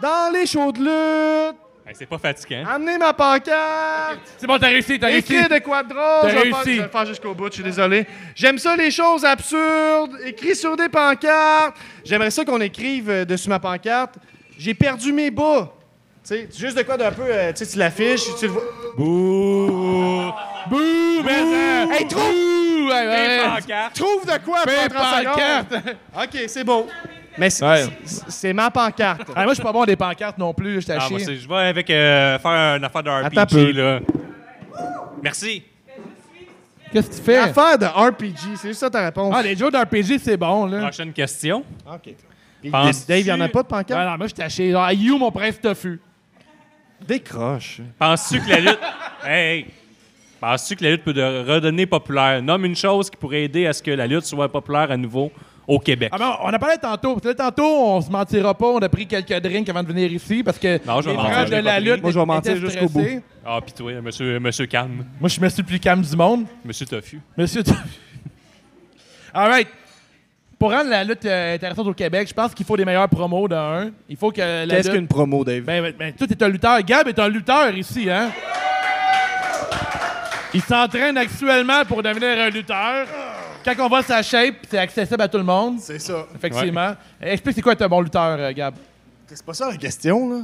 Speaker 4: dans les shows de lutte,
Speaker 3: Hey, Ben, c'est pas fatigant.
Speaker 4: amenez ma pancarte,
Speaker 1: C'est bon, t'as réussi, t'as réussi.
Speaker 4: écris de quoi de drôle.
Speaker 1: T'as
Speaker 4: Je vais le faire-
Speaker 1: réussi.
Speaker 4: je vais le faire jusqu'au bout, je suis désolé. J'aime ça, les choses absurdes, écrit sur des pancartes. J'aimerais ça qu'on écrive euh, dessus ma pancarte. J'ai perdu mes bas. Tu sais, juste de quoi d'un peu, euh, tu sais, tu l'affiches, tu le vois.
Speaker 3: Bouh!
Speaker 1: Bouh, mais ça.
Speaker 4: Hey, trop!
Speaker 1: Bouh, ouais,
Speaker 3: Les
Speaker 4: Ah,
Speaker 1: ouais.
Speaker 3: pancartes!
Speaker 4: Trouve de quoi
Speaker 1: Paix,
Speaker 4: après 30
Speaker 1: pancarte.
Speaker 4: secondes. OK, c'est beau. Mais c'est
Speaker 1: Ouais.
Speaker 4: c'est- c'est ma pancarte.
Speaker 1: Ah, moi, je suis pas bon des pancartes non plus, je t'ai
Speaker 3: Ah,
Speaker 1: chier.
Speaker 3: moi, c'est- je vais avec euh, faire une affaire de
Speaker 4: Attends un peu.
Speaker 3: RPG, là. Merci.
Speaker 1: Qu'est-ce que tu fais?
Speaker 4: Affaire de RPG, c'est juste ça ta réponse.
Speaker 1: Ah, les jeux d'RPG, c'est bon, là.
Speaker 3: Prochaine question.
Speaker 4: OK. Puis
Speaker 3: Penses-tu-
Speaker 4: Dave, il n'y en a pas de pancarte?
Speaker 1: Ah, non, moi, je t'ai chier. Ah, you, mon prince tofu.
Speaker 4: Décroche.
Speaker 3: Penses-tu que la lutte. Hey, hey. Penses-tu que la lutte peut de- redonner populaire? Nomme une chose qui pourrait aider à ce que la lutte soit populaire à nouveau au Québec.
Speaker 1: Ah ben, on a parlé tantôt. Parce que là, tantôt, on se mentira pas. On a pris quelques drinks avant de venir ici parce que
Speaker 3: Non, je vais
Speaker 1: les
Speaker 3: mentir,
Speaker 1: franges
Speaker 3: je
Speaker 1: de
Speaker 3: l'ai pas
Speaker 1: la
Speaker 3: pris.
Speaker 1: lutte.
Speaker 4: Moi, je vais
Speaker 1: étaient
Speaker 4: mentir jusqu'au bout.
Speaker 1: stressés.
Speaker 3: Ah, pis toi, monsieur, monsieur calme.
Speaker 1: Moi, je me suis le plus calme du monde.
Speaker 3: Monsieur Tofu.
Speaker 1: Monsieur Tofu. All right. Pour rendre la lutte euh, intéressante au Québec, je pense qu'il faut des meilleurs promos d'un. Il faut que la
Speaker 4: Qu'est-ce
Speaker 1: lutte-
Speaker 4: qu'une promo, Dave?
Speaker 1: Ben, ben, ben, tout est un lutteur. Gab est un lutteur ici, hein? Il s'entraîne actuellement pour devenir un lutteur. Quand on voit sa shape, c'est accessible à tout le monde,
Speaker 4: c'est ça.
Speaker 1: effectivement. Euh, Explique, c'est quoi être un bon lutteur, euh, Gab?
Speaker 4: C'est pas ça la question, là.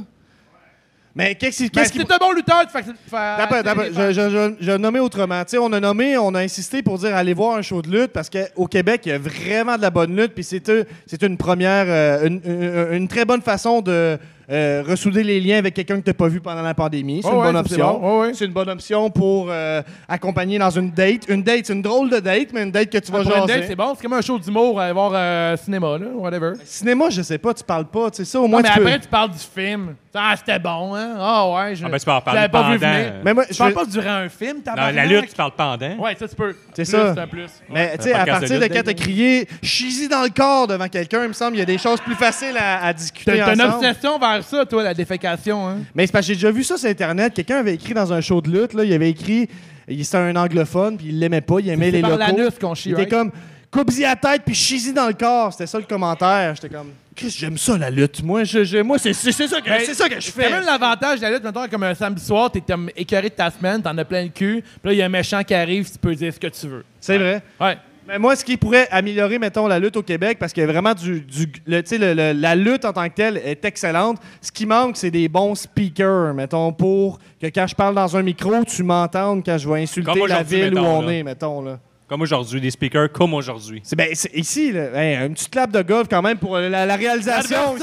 Speaker 4: Mais qu'est-ce
Speaker 1: Ben,
Speaker 4: qu'est-ce
Speaker 1: si
Speaker 4: qui...
Speaker 1: t'es un bon lutteur, tu fais... tu fais-
Speaker 4: D'abord, d'abord, je, je, je, je vais nommer autrement. Tu sais, on a nommé, on a insisté pour dire allez voir un show de lutte parce qu'au Québec, il y a vraiment de la bonne lutte. Puis c'est un- c'est une première, euh, une, une- une très bonne façon de euh, ressouder les liens avec quelqu'un que tu n'as pas vu pendant la pandémie. C'est
Speaker 1: Oh
Speaker 4: une
Speaker 1: ouais,
Speaker 4: bonne
Speaker 1: ça, c'est
Speaker 4: option.
Speaker 1: bon. Oh ouais.
Speaker 4: C'est une bonne option pour euh, accompagner dans une date. Une date, c'est une drôle de date, mais une date que tu vas
Speaker 1: Ah, Pour
Speaker 4: jaser.
Speaker 1: une date, c'est bon. C'est comme un show d'humour, aller voir euh, cinéma, là, whatever.
Speaker 4: Cinéma, je sais pas, tu parles pas. Tu sais, ça, au moins,
Speaker 1: mais
Speaker 4: tu peux.
Speaker 1: après, tu parles du film. Ah, c'était bon, hein? Ah ouais, je
Speaker 3: Ah, ben, tu peux en
Speaker 1: je l'avais
Speaker 3: parler
Speaker 1: pas vu
Speaker 3: pendant.
Speaker 1: venir.
Speaker 4: Mais moi,
Speaker 1: Je
Speaker 4: je
Speaker 1: parle
Speaker 4: veux-
Speaker 1: pas durant un film, t'as
Speaker 3: Dans la lutte, tu parles pendant.
Speaker 1: Ouais, ça, tu peux.
Speaker 4: C'est
Speaker 1: Plus,
Speaker 4: ça.
Speaker 1: C'est un plus.
Speaker 4: Mais tu sais,
Speaker 3: Un
Speaker 4: à
Speaker 3: podcast
Speaker 4: partir
Speaker 3: de
Speaker 4: de
Speaker 3: lutte,
Speaker 4: quand t'as crié chizi dans le corps devant quelqu'un, il me semble, il y a des choses plus faciles à, à discuter.
Speaker 1: T'as t'as une
Speaker 4: ensemble.
Speaker 1: obsession vers ça, toi, la défécation. Hein?
Speaker 4: Mais c'est parce que j'ai déjà vu ça sur Internet. Quelqu'un avait écrit dans un show de lutte, là, il avait écrit, il c'était un anglophone, puis il l'aimait pas, il aimait
Speaker 1: C'est
Speaker 4: les
Speaker 1: par
Speaker 4: locaux.
Speaker 1: l'anus qu'on chie,
Speaker 4: Il était
Speaker 1: right?
Speaker 4: comme, coupe-y la tête, puis chie dans le corps. C'était ça le commentaire. J'étais comme, Chris, j'aime ça la lutte. Moi, je, je- moi c'est c'est- c'est ça, que-
Speaker 1: Ben,
Speaker 4: c'est ça que je
Speaker 1: C'est
Speaker 4: fais.
Speaker 1: même l'avantage de la lutte, mettons, comme un samedi soir, t'es comme écœuré de ta semaine, t'en as plein le cul, puis là, il y a un méchant qui arrive, tu peux dire ce que tu veux.
Speaker 4: C'est vrai.
Speaker 1: Ouais.
Speaker 4: Mais moi, ce qui pourrait améliorer, mettons, la lutte au Québec, parce que vraiment, du, du- le, tu sais, le- le- la lutte en tant que telle est excellente. Ce qui manque, c'est des bons speakers, mettons, pour que quand je parle dans un micro, tu m'entendes quand je vais insulter
Speaker 3: Comme
Speaker 4: la
Speaker 3: aujourd'hui,
Speaker 4: ville où
Speaker 3: mettons,
Speaker 4: on
Speaker 3: là.
Speaker 4: est, mettons. Là.
Speaker 3: Comme aujourd'hui, des speakers comme aujourd'hui.
Speaker 4: C'est ben, c'est ici, là. Hey, une petite clap de golf quand même pour la, la réalisation.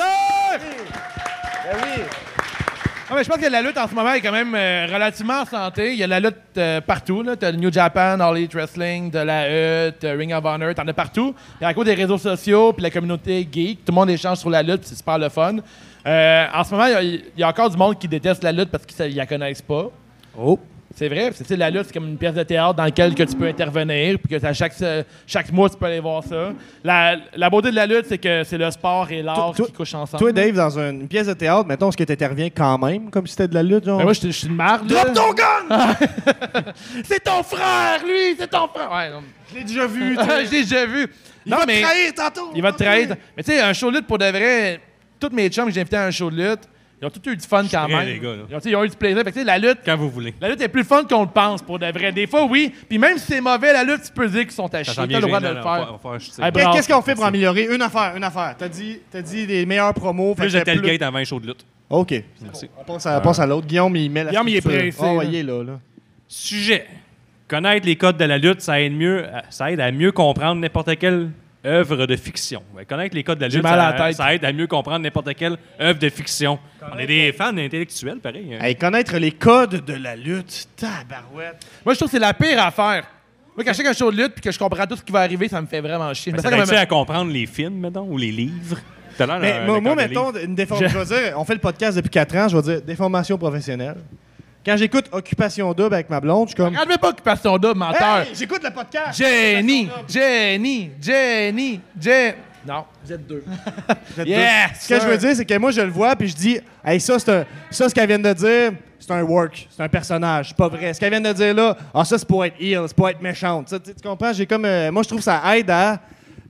Speaker 1: Non, Ah, mais je pense que la lutte en ce moment est quand même euh, relativement en santé. Il y a de la lutte euh, partout. Tu as New Japan, All Elite Wrestling, de la E, t'as Ring of Honor, t'en as partout. Et à cause des réseaux sociaux puis la communauté geek, tout le monde échange sur la lutte, puis c'est super le fun. Euh, en ce moment, il y a- il y, a encore du monde qui déteste la lutte parce qu'ils ne la connaissent pas.
Speaker 4: Oh.
Speaker 1: C'est vrai, parce que, tu sais, la lutte, c'est comme une pièce de théâtre dans laquelle que tu peux intervenir, puis que à chaque, se- chaque mois, tu peux aller voir ça. La, la beauté de la lutte, c'est que c'est le sport et l'art
Speaker 4: Toi- toi-
Speaker 1: qui couchent ensemble.
Speaker 4: Toi, Dave, dans une, pièce de théâtre, mettons, est-ce que t'interviens quand même, comme si c'était de la lutte, genre?
Speaker 1: Ben, moi, je je suis une marde. là.
Speaker 4: Drop ton gun!
Speaker 1: C'est ton frère, lui, c'est ton frère. Ouais, non.
Speaker 4: Je l'ai déjà vu.
Speaker 1: je l'ai déjà vu. non, mais
Speaker 4: trahir tantôt!
Speaker 1: il va te trahir. Mais tu sais, un show de lutte pour de vrai, tous mes chums que j'ai invités à un show de lutte, ils ont tous eu du fun quand
Speaker 3: prêt,
Speaker 1: même.
Speaker 3: les gars, là.
Speaker 1: ils, ont, tu sais, ils ont eu du plaisir. Fait que, tu sais, la lutte,
Speaker 3: Quand vous voulez.
Speaker 1: la lutte est plus fun qu'on le pense pour de vrai. Des fois, oui. Puis même si c'est mauvais, la lutte, tu peux dire qu'ils sont à chier.
Speaker 3: sent
Speaker 1: T'as
Speaker 3: bien
Speaker 1: le droit de
Speaker 3: gênant,
Speaker 1: le
Speaker 3: là. On
Speaker 1: faire. Ah ben,
Speaker 3: va- on va faire chuter.
Speaker 1: Hey,
Speaker 4: Qu'est-
Speaker 1: bravo.
Speaker 4: Qu'est-ce qu'on fait pour améliorer? Une affaire, une affaire. T'as dit, t'as dit les meilleurs promos. fait
Speaker 3: Plus
Speaker 4: que
Speaker 3: de
Speaker 4: plus-
Speaker 3: tailgate avant un show de lutte.
Speaker 4: OK.
Speaker 3: Merci.
Speaker 4: On passe à, on passe à l'autre. Guillaume, il met la
Speaker 8: Guillaume, il est
Speaker 4: structure.
Speaker 8: pressé,
Speaker 4: Oh,
Speaker 8: là.
Speaker 4: il est là, là.
Speaker 3: Sujet. Connaître les codes de la lutte, ça aide, mieux, euh, ça aide à mieux comprendre n'importe quelle œuvre de fiction. Ben, connaître les codes de la lutte,
Speaker 8: mal à
Speaker 3: ça, euh,
Speaker 8: la tête.
Speaker 3: ça aide à mieux comprendre n'importe quelle œuvre de fiction. On est des fans intellectuels, pareil. hein.
Speaker 4: Hey, connaître les codes de la lutte. Tabarouette.
Speaker 1: Moi, je trouve que c'est la pire affaire. Moi, quand je fais un show de lutte puis que je comprends tout ce qui va arriver, ça me fait vraiment chier.
Speaker 3: Mais
Speaker 1: Mais
Speaker 3: ça
Speaker 1: ça, quand
Speaker 3: aide
Speaker 1: même-
Speaker 3: à comprendre les films, mettons, ou les livres. Tout à l'heure,
Speaker 4: Mais
Speaker 3: euh,
Speaker 4: moi,
Speaker 3: le
Speaker 4: moi,
Speaker 3: code de
Speaker 4: mettons,
Speaker 3: livre.
Speaker 4: une déformation. Je... veux dire, on fait le podcast depuis 4 ans. Je vais dire déformation professionnelle. Quand j'écoute Occupation Double avec ma blonde, je suis comme.
Speaker 1: Enlevez pas Occupation Double, menteur.
Speaker 4: Hey, j'écoute le podcast!
Speaker 1: Jenny, Jenny, Jenny, Jenny. Non, vous êtes deux. Yes,
Speaker 4: Ce que je veux dire, c'est que moi, je le vois, puis je dis, hey, ça, c'est un- ça, ce qu'elle vient de dire, c'est un work, c'est un personnage, c'est pas vrai. Ce qu'elle vient de dire là, ah, ça, c'est pour être ill, c'est pour être méchante. Ça, tu tu comprends? J'ai comme, euh, moi, je trouve que ça aide à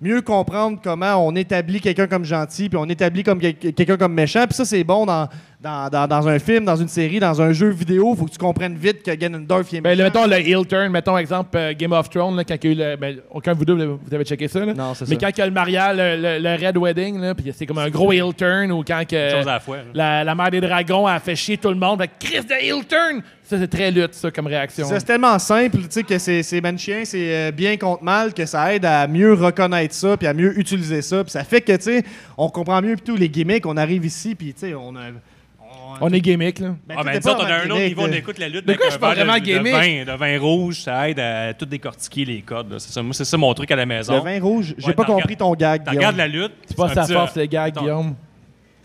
Speaker 4: mieux comprendre comment on établit quelqu'un comme gentil, puis on établit comme quel- quelqu'un comme méchant. Puis ça, c'est bon dans, dans, dans- dans un film, dans une série, dans un jeu vidéo. Faut que tu comprennes vite que Ganondorf il est
Speaker 1: Ben, le- mettons
Speaker 4: méchant.
Speaker 1: le heel turn, mettons exemple euh, Game of Thrones, là, quand il y a eu le. ben, aucun de vous deux, vous avez- vous avez checké ça. Là.
Speaker 4: Non, c'est
Speaker 1: Mais
Speaker 4: ça.
Speaker 1: quand il y a le mariage, le, le- le Red Wedding, là, puis c'est comme un gros heel turn, ou quand que,
Speaker 3: Une chose à la fois, là.
Speaker 1: la, la mère des dragons a fait chier tout le monde, fait Chris de heel turn! Ça, c'est très lutte, ça, comme réaction.
Speaker 4: Ça, C'est tellement simple, tu sais, que c'est c'est manchien, c'est euh, bien contre mal, que ça aide à mieux reconnaître ça, puis à mieux utiliser ça. Puis ça fait que, tu sais, on comprend mieux tous les gimmicks, on arrive ici, puis, tu sais, on a...
Speaker 1: On est gimmick, là.
Speaker 4: Ben,
Speaker 3: Ah, ben,
Speaker 4: t'étais
Speaker 3: nous autres,
Speaker 4: pas
Speaker 3: on a un
Speaker 4: avant
Speaker 3: autre
Speaker 4: gimmick,
Speaker 3: niveau, on
Speaker 4: euh,
Speaker 3: écoute la lutte.
Speaker 1: Mais
Speaker 3: avec
Speaker 1: quoi,
Speaker 3: un
Speaker 1: je suis pas
Speaker 3: verre de-
Speaker 1: vraiment
Speaker 3: de,
Speaker 1: gimmick?
Speaker 3: vin, de vin rouge, ça aide à tout décortiquer les codes. là. C'est ça, moi, c'est ça mon truc à la maison.
Speaker 4: euh, Le vin rouge, j'ai
Speaker 3: Ouais,
Speaker 4: pas
Speaker 3: t'en
Speaker 4: compris ton gag,
Speaker 3: T'en
Speaker 4: Guillaume.
Speaker 3: regardes la lutte.
Speaker 1: C'est pas
Speaker 3: un
Speaker 1: sa
Speaker 3: petit,
Speaker 1: force,
Speaker 3: euh,
Speaker 1: les gars,
Speaker 3: mettons,
Speaker 1: Guillaume.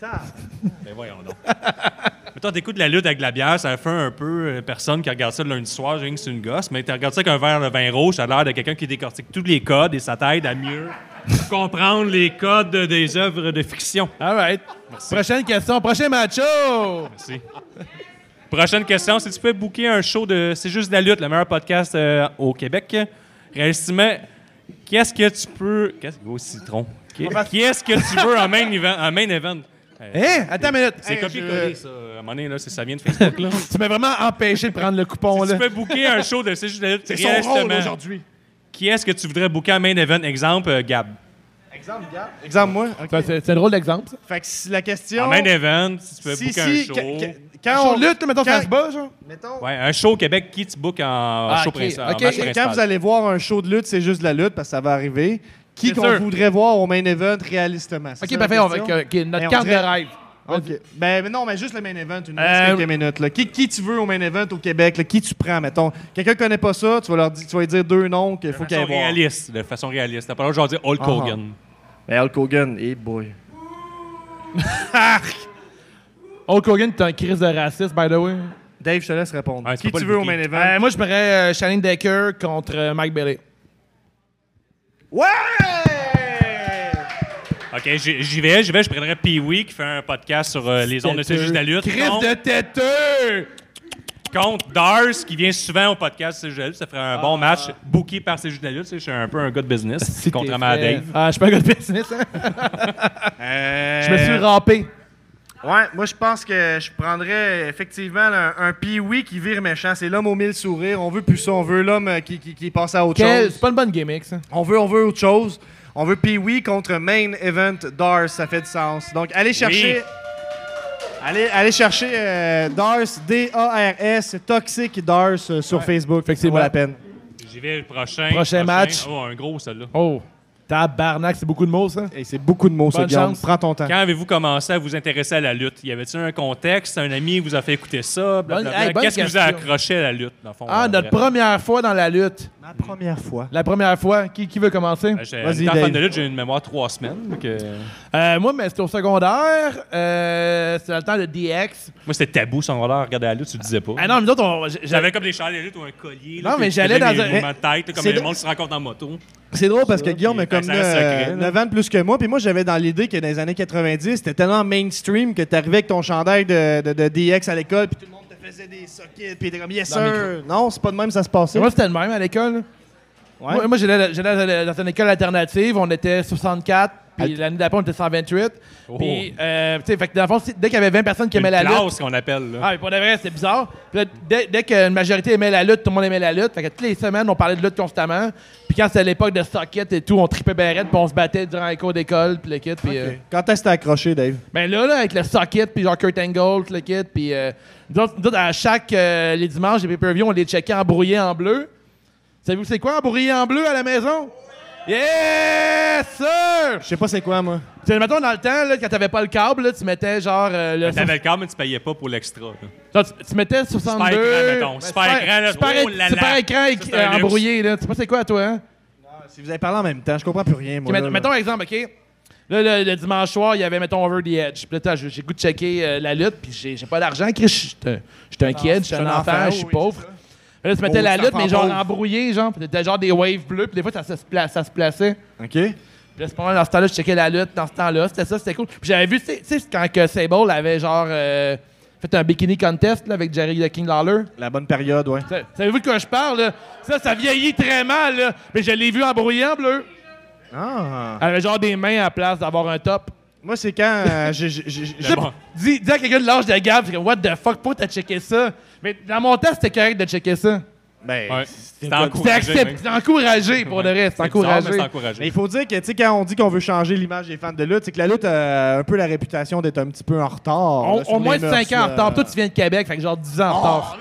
Speaker 3: Ben voyons donc. Mettons, t'écoutes la lutte avec de la bière, ça fait un peu euh, personne qui regarde ça le lundi soir, j'ai rien que c'est une gosse, mais tu regardes ça avec un verre de vin rouge, ça a l'air de quelqu'un qui décortique tous les codes et ça t'aide à mieux comprendre les codes des œuvres de fiction.
Speaker 1: All right. Prochaine question, prochain Oh! macho!
Speaker 3: Merci. Prochaine question, si tu peux booker un show de C'est juste de la lutte, le meilleur podcast euh, au Québec, réellement, qu'est-ce que tu peux... Qu'est-ce gros citron? Qu'est-ce que tu veux en main event? En main event? Euh,
Speaker 1: Hein? Attends une minute.
Speaker 3: c'est
Speaker 1: Hey,
Speaker 3: copié-collé, ça. À un moment donné, là, c'est- ça vient de Facebook, là.
Speaker 1: Tu m'as vraiment empêché de prendre le coupon,
Speaker 3: Si
Speaker 1: là.
Speaker 3: tu peux booker un show de C'est juste de la lutte,
Speaker 4: C'est son rôle
Speaker 3: réellement,
Speaker 4: aujourd'hui.
Speaker 3: Qui est-ce que tu voudrais booker à main event? Exemple, euh, Gab.
Speaker 4: Exemple, moi. ok.
Speaker 1: Ça, C'est c'est un drôle d'exemple, ça.
Speaker 4: Fait que si la question...
Speaker 3: En main event, si tu peux
Speaker 4: si,
Speaker 3: booker
Speaker 4: si,
Speaker 3: un show.
Speaker 4: que- que-
Speaker 1: Un
Speaker 4: quand
Speaker 1: show
Speaker 4: on...
Speaker 1: de lutte, là, mettons,
Speaker 4: quand-
Speaker 1: ça se bat, genre.
Speaker 4: mettons,
Speaker 3: Ouais, un show au Québec, qui tu bookes en
Speaker 1: Ah,
Speaker 3: show
Speaker 1: ok,
Speaker 3: principal? en
Speaker 1: ok.
Speaker 3: match
Speaker 1: Et quand
Speaker 4: Quand
Speaker 3: principal?
Speaker 4: vous allez voir un show de lutte, c'est juste de la lutte, parce que ça va arriver. Qui
Speaker 1: C'est
Speaker 4: qu'on
Speaker 1: sûr.
Speaker 4: voudrait voir au main event réalistement? C'est ça
Speaker 1: Ok,
Speaker 4: la
Speaker 1: parfait. On va,
Speaker 4: question?
Speaker 1: ok, notre
Speaker 4: Ben, on
Speaker 1: carte
Speaker 4: dirait-
Speaker 1: de rêve.
Speaker 4: OK. Ben, mais non, mais juste le main event, une
Speaker 1: Euh,
Speaker 4: quelques minutes. Là. Qui, qui tu veux au main event au Québec? là? Qui tu prends, mettons? Quelqu'un qui connaît pas ça, tu vas, leur dire, tu vas lui dire deux noms qu'il faut
Speaker 3: De
Speaker 4: qu'il aille
Speaker 3: façon
Speaker 4: voir.
Speaker 3: réaliste, de façon réaliste. T'as pas l'autre, je vais dire Hulk
Speaker 4: Ah.
Speaker 3: Hogan.
Speaker 4: Ben, Hulk Hogan, hey boy.
Speaker 1: Hulk Hogan, t'es un crise de raciste, by the way.
Speaker 4: Dave, je te laisse répondre.
Speaker 3: Ouais, tu
Speaker 4: qui
Speaker 3: peux
Speaker 4: tu
Speaker 3: pas le
Speaker 4: veux au main
Speaker 3: booker.
Speaker 4: event?
Speaker 1: Euh, moi, je prendrais euh, Shannon Decker contre euh, Mike Bailey.
Speaker 4: Ouais!
Speaker 3: OK, j'y j'y vais, j'y vais. Je prendrais Pee-Wee qui fait un podcast sur euh, les ondes de C'est juste de la lutte.
Speaker 1: Crise
Speaker 3: contre,
Speaker 1: de têteux!
Speaker 3: contre Dars, qui vient souvent au podcast C'est juste de la lutte. Ça ferait un
Speaker 4: Ah.
Speaker 3: bon match booké par C'est juste de la lutte. Tu sais, Je suis un peu un gars de business, contrairement à
Speaker 1: t'es fait-
Speaker 3: Dave.
Speaker 1: Ah, je suis pas un gars de business, hein? Je me suis rampé.
Speaker 4: Euh, Ouais, moi, je pense que je prendrais effectivement un, un pee qui vire méchant. C'est l'homme aux mille sourires. On veut plus ça. On veut l'homme euh, qui, qui, qui est passé à autre
Speaker 1: Quel-
Speaker 4: chose.
Speaker 1: C'est pas une bonne gimmick, ça.
Speaker 4: On veut, on veut autre chose. On veut Pee-Wee contre Main Event Dars. Ça fait du sens. Donc, allez chercher. Allez, allez chercher euh, Dars, D-A-R-S, Toxic Dars euh, sur Facebook. Fait que c'est
Speaker 1: moi.
Speaker 4: pas la peine.
Speaker 3: J'y J'y vais le prochain.
Speaker 1: Prochain match.
Speaker 3: Oh, un gros, celui-là.
Speaker 1: Oh, tabarnak, c'est beaucoup de mots, ça.
Speaker 4: Et c'est beaucoup de mots, ça,
Speaker 1: Bonne
Speaker 4: Guillaume.
Speaker 1: chance.
Speaker 4: Prends ton temps.
Speaker 3: Quand avez-vous commencé à vous intéresser à la lutte? Y avait-il un contexte? Un ami vous a fait écouter ça? blablabla?
Speaker 1: Bonne- hey, bonne
Speaker 3: Qu'est-ce qui vous a
Speaker 1: question.
Speaker 3: accroché à la lutte, dans le fond? Euh,
Speaker 1: Ah,
Speaker 3: en
Speaker 1: notre
Speaker 3: bref?
Speaker 1: première fois dans la lutte.
Speaker 4: Ma première fois.
Speaker 1: La première fois. Qui, qui veut commencer?
Speaker 3: Ben, j'ai-
Speaker 4: Vas-y,
Speaker 3: étant fan
Speaker 4: Dave.
Speaker 3: de lutte, j'ai une mémoire de trois semaines. donc, euh,
Speaker 1: Euh, moi, mais c'était au secondaire. Euh, c'était dans le temps de DX.
Speaker 3: Moi, c'était tabou, son roller, regarder la lutte, tu le disais pas.
Speaker 1: Ah non, mais nous autres, on- j- j'avais-
Speaker 3: J'avais comme des chandelles de lutte ou un collier. là,
Speaker 1: Non,
Speaker 3: que
Speaker 1: mais
Speaker 3: je
Speaker 1: j'allais
Speaker 3: faisais
Speaker 1: dans
Speaker 3: mes
Speaker 1: un-
Speaker 3: mouvements de tête, là, comme
Speaker 4: c'est
Speaker 3: le
Speaker 4: de-
Speaker 3: monde se rencontre en moto.
Speaker 4: C'est drôle parce que Guillaume a
Speaker 3: puis,
Speaker 4: comme
Speaker 3: ben, ça reste
Speaker 4: euh,
Speaker 3: secret, là.
Speaker 4: 9 ans de plus que moi. Puis moi, j'avais dans l'idée que dans les années 90, c'était tellement mainstream que t'arrivais avec ton chandail de, de- de DX à l'école, puis tout le monde te faisait des sockets, puis t'es comme « Yes, sir! » Non, c'est pas de même ça se passait.
Speaker 1: Moi, c'était le même à l'école.
Speaker 4: Ouais.
Speaker 1: Moi, moi, j'allais j'allais dans une école alternative. On était 64. Puis l'année d'après, on était 128. Puis, euh, tu sais, fait que dans le fond, si- dès qu'il y avait 20 personnes qui aimaient
Speaker 3: Une
Speaker 1: la lutte.
Speaker 3: classe qu'on appelle. là.
Speaker 1: Ah, mais pour de vrai, c'était bizarre. Puis là, dès, dès qu'une majorité aimait la lutte, tout le monde aimait la lutte. Fait que toutes les semaines, on parlait de lutte constamment. Puis quand c'était l'époque de socket et tout, on tripait barrette, puis on se battait durant les cours d'école, puis le kit. Puis, euh,
Speaker 4: Quand est-ce que t'as accroché, Dave?
Speaker 1: ben là, là, avec le socket, puis genre Kurt Angle, tout le kit, puis euh, nous autres- nous autres, à chaque euh, les dimanches, les pay-per-view, on les checkait en brouillé en bleu. Savez-vous c'est quoi en brouillé en bleu à la maison? Yes, sir!
Speaker 4: Je sais pas c'est quoi, moi.
Speaker 1: Tu mettons, dans le temps, là, quand t'avais pas le câble, là, tu mettais genre euh, le...
Speaker 3: T'avais le câble, mais tu payais pas pour l'extra. là.
Speaker 1: Genre, tu, tu mettais 62...
Speaker 3: Super écran, mettons.
Speaker 1: Ben,
Speaker 3: Super écran, là.
Speaker 1: Super,
Speaker 3: Oh là là.
Speaker 1: super écran
Speaker 3: Ça, c'est un
Speaker 1: euh,
Speaker 3: luxe.
Speaker 1: embrouillé, là. Tu sais pas c'est quoi, toi, hein?
Speaker 4: Ah, Si vous avez parlé en même temps, je comprends plus rien, moi.
Speaker 1: Ok,
Speaker 4: là,
Speaker 1: met-
Speaker 4: là.
Speaker 1: mettons exemple, OK? Là, le, le dimanche soir, il y avait, mettons, Over the Edge. Puis là, attends, j'ai j'ai goût de checker euh, la lutte, puis j'ai j'ai pas d'argent. Chris, je suis un- je suis un kid, je suis un enfant, je suis pauvre. Là, tu mettais
Speaker 4: Oh,
Speaker 1: la
Speaker 4: c'est
Speaker 1: lutte, mais
Speaker 4: enfant
Speaker 1: genre
Speaker 4: pauvre.
Speaker 1: embrouillé, genre. Puis t'étais genre des waves bleues, puis des fois, ça se, pla- ça se plaçait.
Speaker 4: OK.
Speaker 1: Puis là, c'est pas mal, dans ce temps-là, je checkais la lutte. Dans ce temps-là, c'était ça, c'était cool. Puis j'avais vu, tu sais- tu sais, quand que Sable avait, genre, euh, fait un bikini contest, là, avec Jerry the King Lawler.
Speaker 4: La bonne période, ouais.
Speaker 1: Ça- Savez-vous de quoi je parle, là? Ça, ça vieillit très mal, là. Mais je l'ai vu embrouillé en bleu.
Speaker 4: Ah.
Speaker 1: Elle avait genre des mains à la place d'avoir un top.
Speaker 4: Moi, c'est quand euh, j'ai- j'ai- j'ai- j'ai-
Speaker 3: Le bon.
Speaker 1: Dis, dis à quelqu'un de l'âge de Gab, c'est comme, what the fuck, pourquoi t'as checké ça? Mais dans mon temps, c'était correct de checker ça.
Speaker 4: Ben,
Speaker 3: Ouais. C'était
Speaker 1: C'est
Speaker 3: encouragé.
Speaker 1: accepté,
Speaker 3: même.
Speaker 1: c'est encouragé pour le reste, c'est
Speaker 3: C'est bizarre,
Speaker 1: encouragé.
Speaker 3: mais c'est
Speaker 4: Mais
Speaker 3: encouragé.
Speaker 4: il faut dire que, tu sais, quand on dit qu'on veut changer l'image des fans de lutte, c'est que la lutte a un peu la réputation d'être un petit peu en retard.
Speaker 1: On-
Speaker 4: là, sur
Speaker 1: Au
Speaker 4: les
Speaker 1: moins de
Speaker 4: mœurs, euh, Ah,
Speaker 1: 5 ans en
Speaker 4: là.
Speaker 1: retard. Toi, tu viens de Québec, fait que genre 10 ans en retard.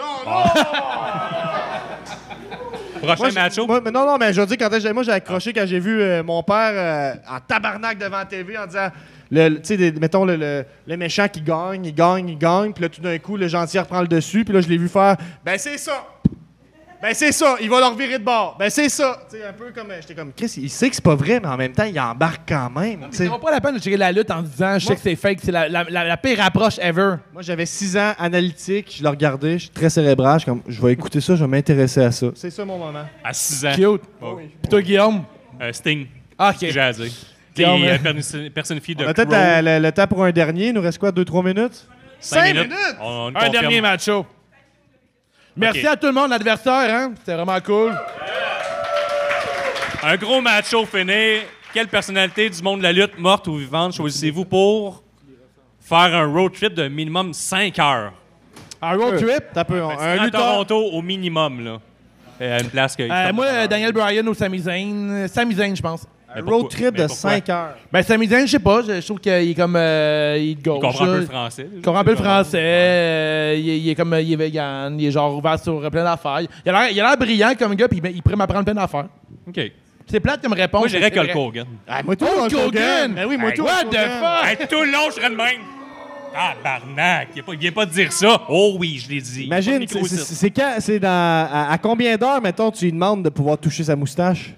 Speaker 3: Prochain
Speaker 4: Moi, je-
Speaker 3: match-up.
Speaker 4: moi- mais non, non, mais je veux dire, quand j'ai- moi, j'ai accroché quand j'ai vu euh, mon père euh, en tabarnak devant la TV en disant, le, le- tu sais, des- mettons, le, le- le méchant qui gagne, il gagne, il gagne, puis là, tout d'un coup, le gentil reprend le dessus, puis là, je l'ai vu faire, ben c'est ça! Ben c'est ça, il va leur virer de bord. Ben c'est ça. Tu sais, un peu comme. euh, J'étais comme Chris, il sait que c'est pas vrai, mais en même temps, il embarque quand même. tu sais.
Speaker 1: C'est pas la peine de checker la lutte en disant, je sais que c'est fake, c'est la, la- la- la pire approche ever.
Speaker 4: Moi, j'avais 6 ans, analytique, je le regardais, je suis très cérébral, je suis comme, je vais écouter ça, je vais m'intéresser à ça. C'est ça mon moment.
Speaker 3: À 6 ans.
Speaker 1: Cute. Pis toi, Guillaume?
Speaker 3: Euh, Sting.
Speaker 1: Ah,
Speaker 3: que
Speaker 1: ok.
Speaker 3: Ah, J'ai à dire. Qui
Speaker 1: Guillaume,
Speaker 3: est
Speaker 1: hein.
Speaker 3: euh, perni- personnifié de
Speaker 4: On a peut-être la- la- le temps pour un dernier, il nous reste quoi, 2-3 minutes?
Speaker 3: 5 minutes. On, on
Speaker 1: Un
Speaker 3: confirme.
Speaker 1: dernier macho. Merci
Speaker 3: Ok.
Speaker 1: à tout le monde, l'adversaire, hein? C'était vraiment cool.
Speaker 3: Un gros macho fini. Quelle personnalité du monde de la lutte, morte ou vivante, choisissez-vous pour faire un road trip de minimum 5 heures?
Speaker 1: Un road trip.
Speaker 4: T'as peu, on-
Speaker 3: à
Speaker 4: un lutteur.
Speaker 3: Toronto au minimum, là. Euh, À une place que.
Speaker 1: Euh, moi, euh, Daniel Bryan ou Sami Zayn. Euh, Sami Zayn, je pense.
Speaker 3: Mais
Speaker 4: Un
Speaker 3: pourquoi-
Speaker 4: road trip
Speaker 3: mais
Speaker 4: de
Speaker 3: pourquoi?
Speaker 4: 5 heures.
Speaker 1: Ben, Sami Zayn, je sais pas. Je, je trouve qu'il est comme. euh, il est de gauche.
Speaker 3: Il comprend un peu
Speaker 1: là.
Speaker 3: le français. déjà.
Speaker 1: Il comprend un peu le français. euh, il, est- il est comme. euh, Il est vegan. Il est genre ouvert sur euh, plein d'affaires. Il a l'air- il a l'air brillant comme gars, puis il, il pourrait m'apprendre plein d'affaires.
Speaker 3: OK.
Speaker 1: C'est plate comme réponse.
Speaker 3: Moi, j'irais
Speaker 1: mais c'est
Speaker 3: Hulk
Speaker 1: vrai.
Speaker 3: Hogan.
Speaker 4: Ah, moi, tout,
Speaker 1: Hulk
Speaker 4: Hulk Hogan.
Speaker 1: Hogan!
Speaker 4: Ben oui, moi,
Speaker 3: Hey,
Speaker 4: tout.
Speaker 1: What
Speaker 4: Hulk
Speaker 1: the
Speaker 4: Hogan.
Speaker 1: fuck?
Speaker 3: Hey, tout le long, je serais de même. Ah, barnac. Il vient pas de dire ça. Oh oui, je l'ai dit. Pas de
Speaker 4: Imagine, c'est-
Speaker 3: micro-titre.
Speaker 4: c'est c'est quand, c'est dans, à, à combien d'heures, mettons, tu lui demandes de pouvoir toucher sa moustache?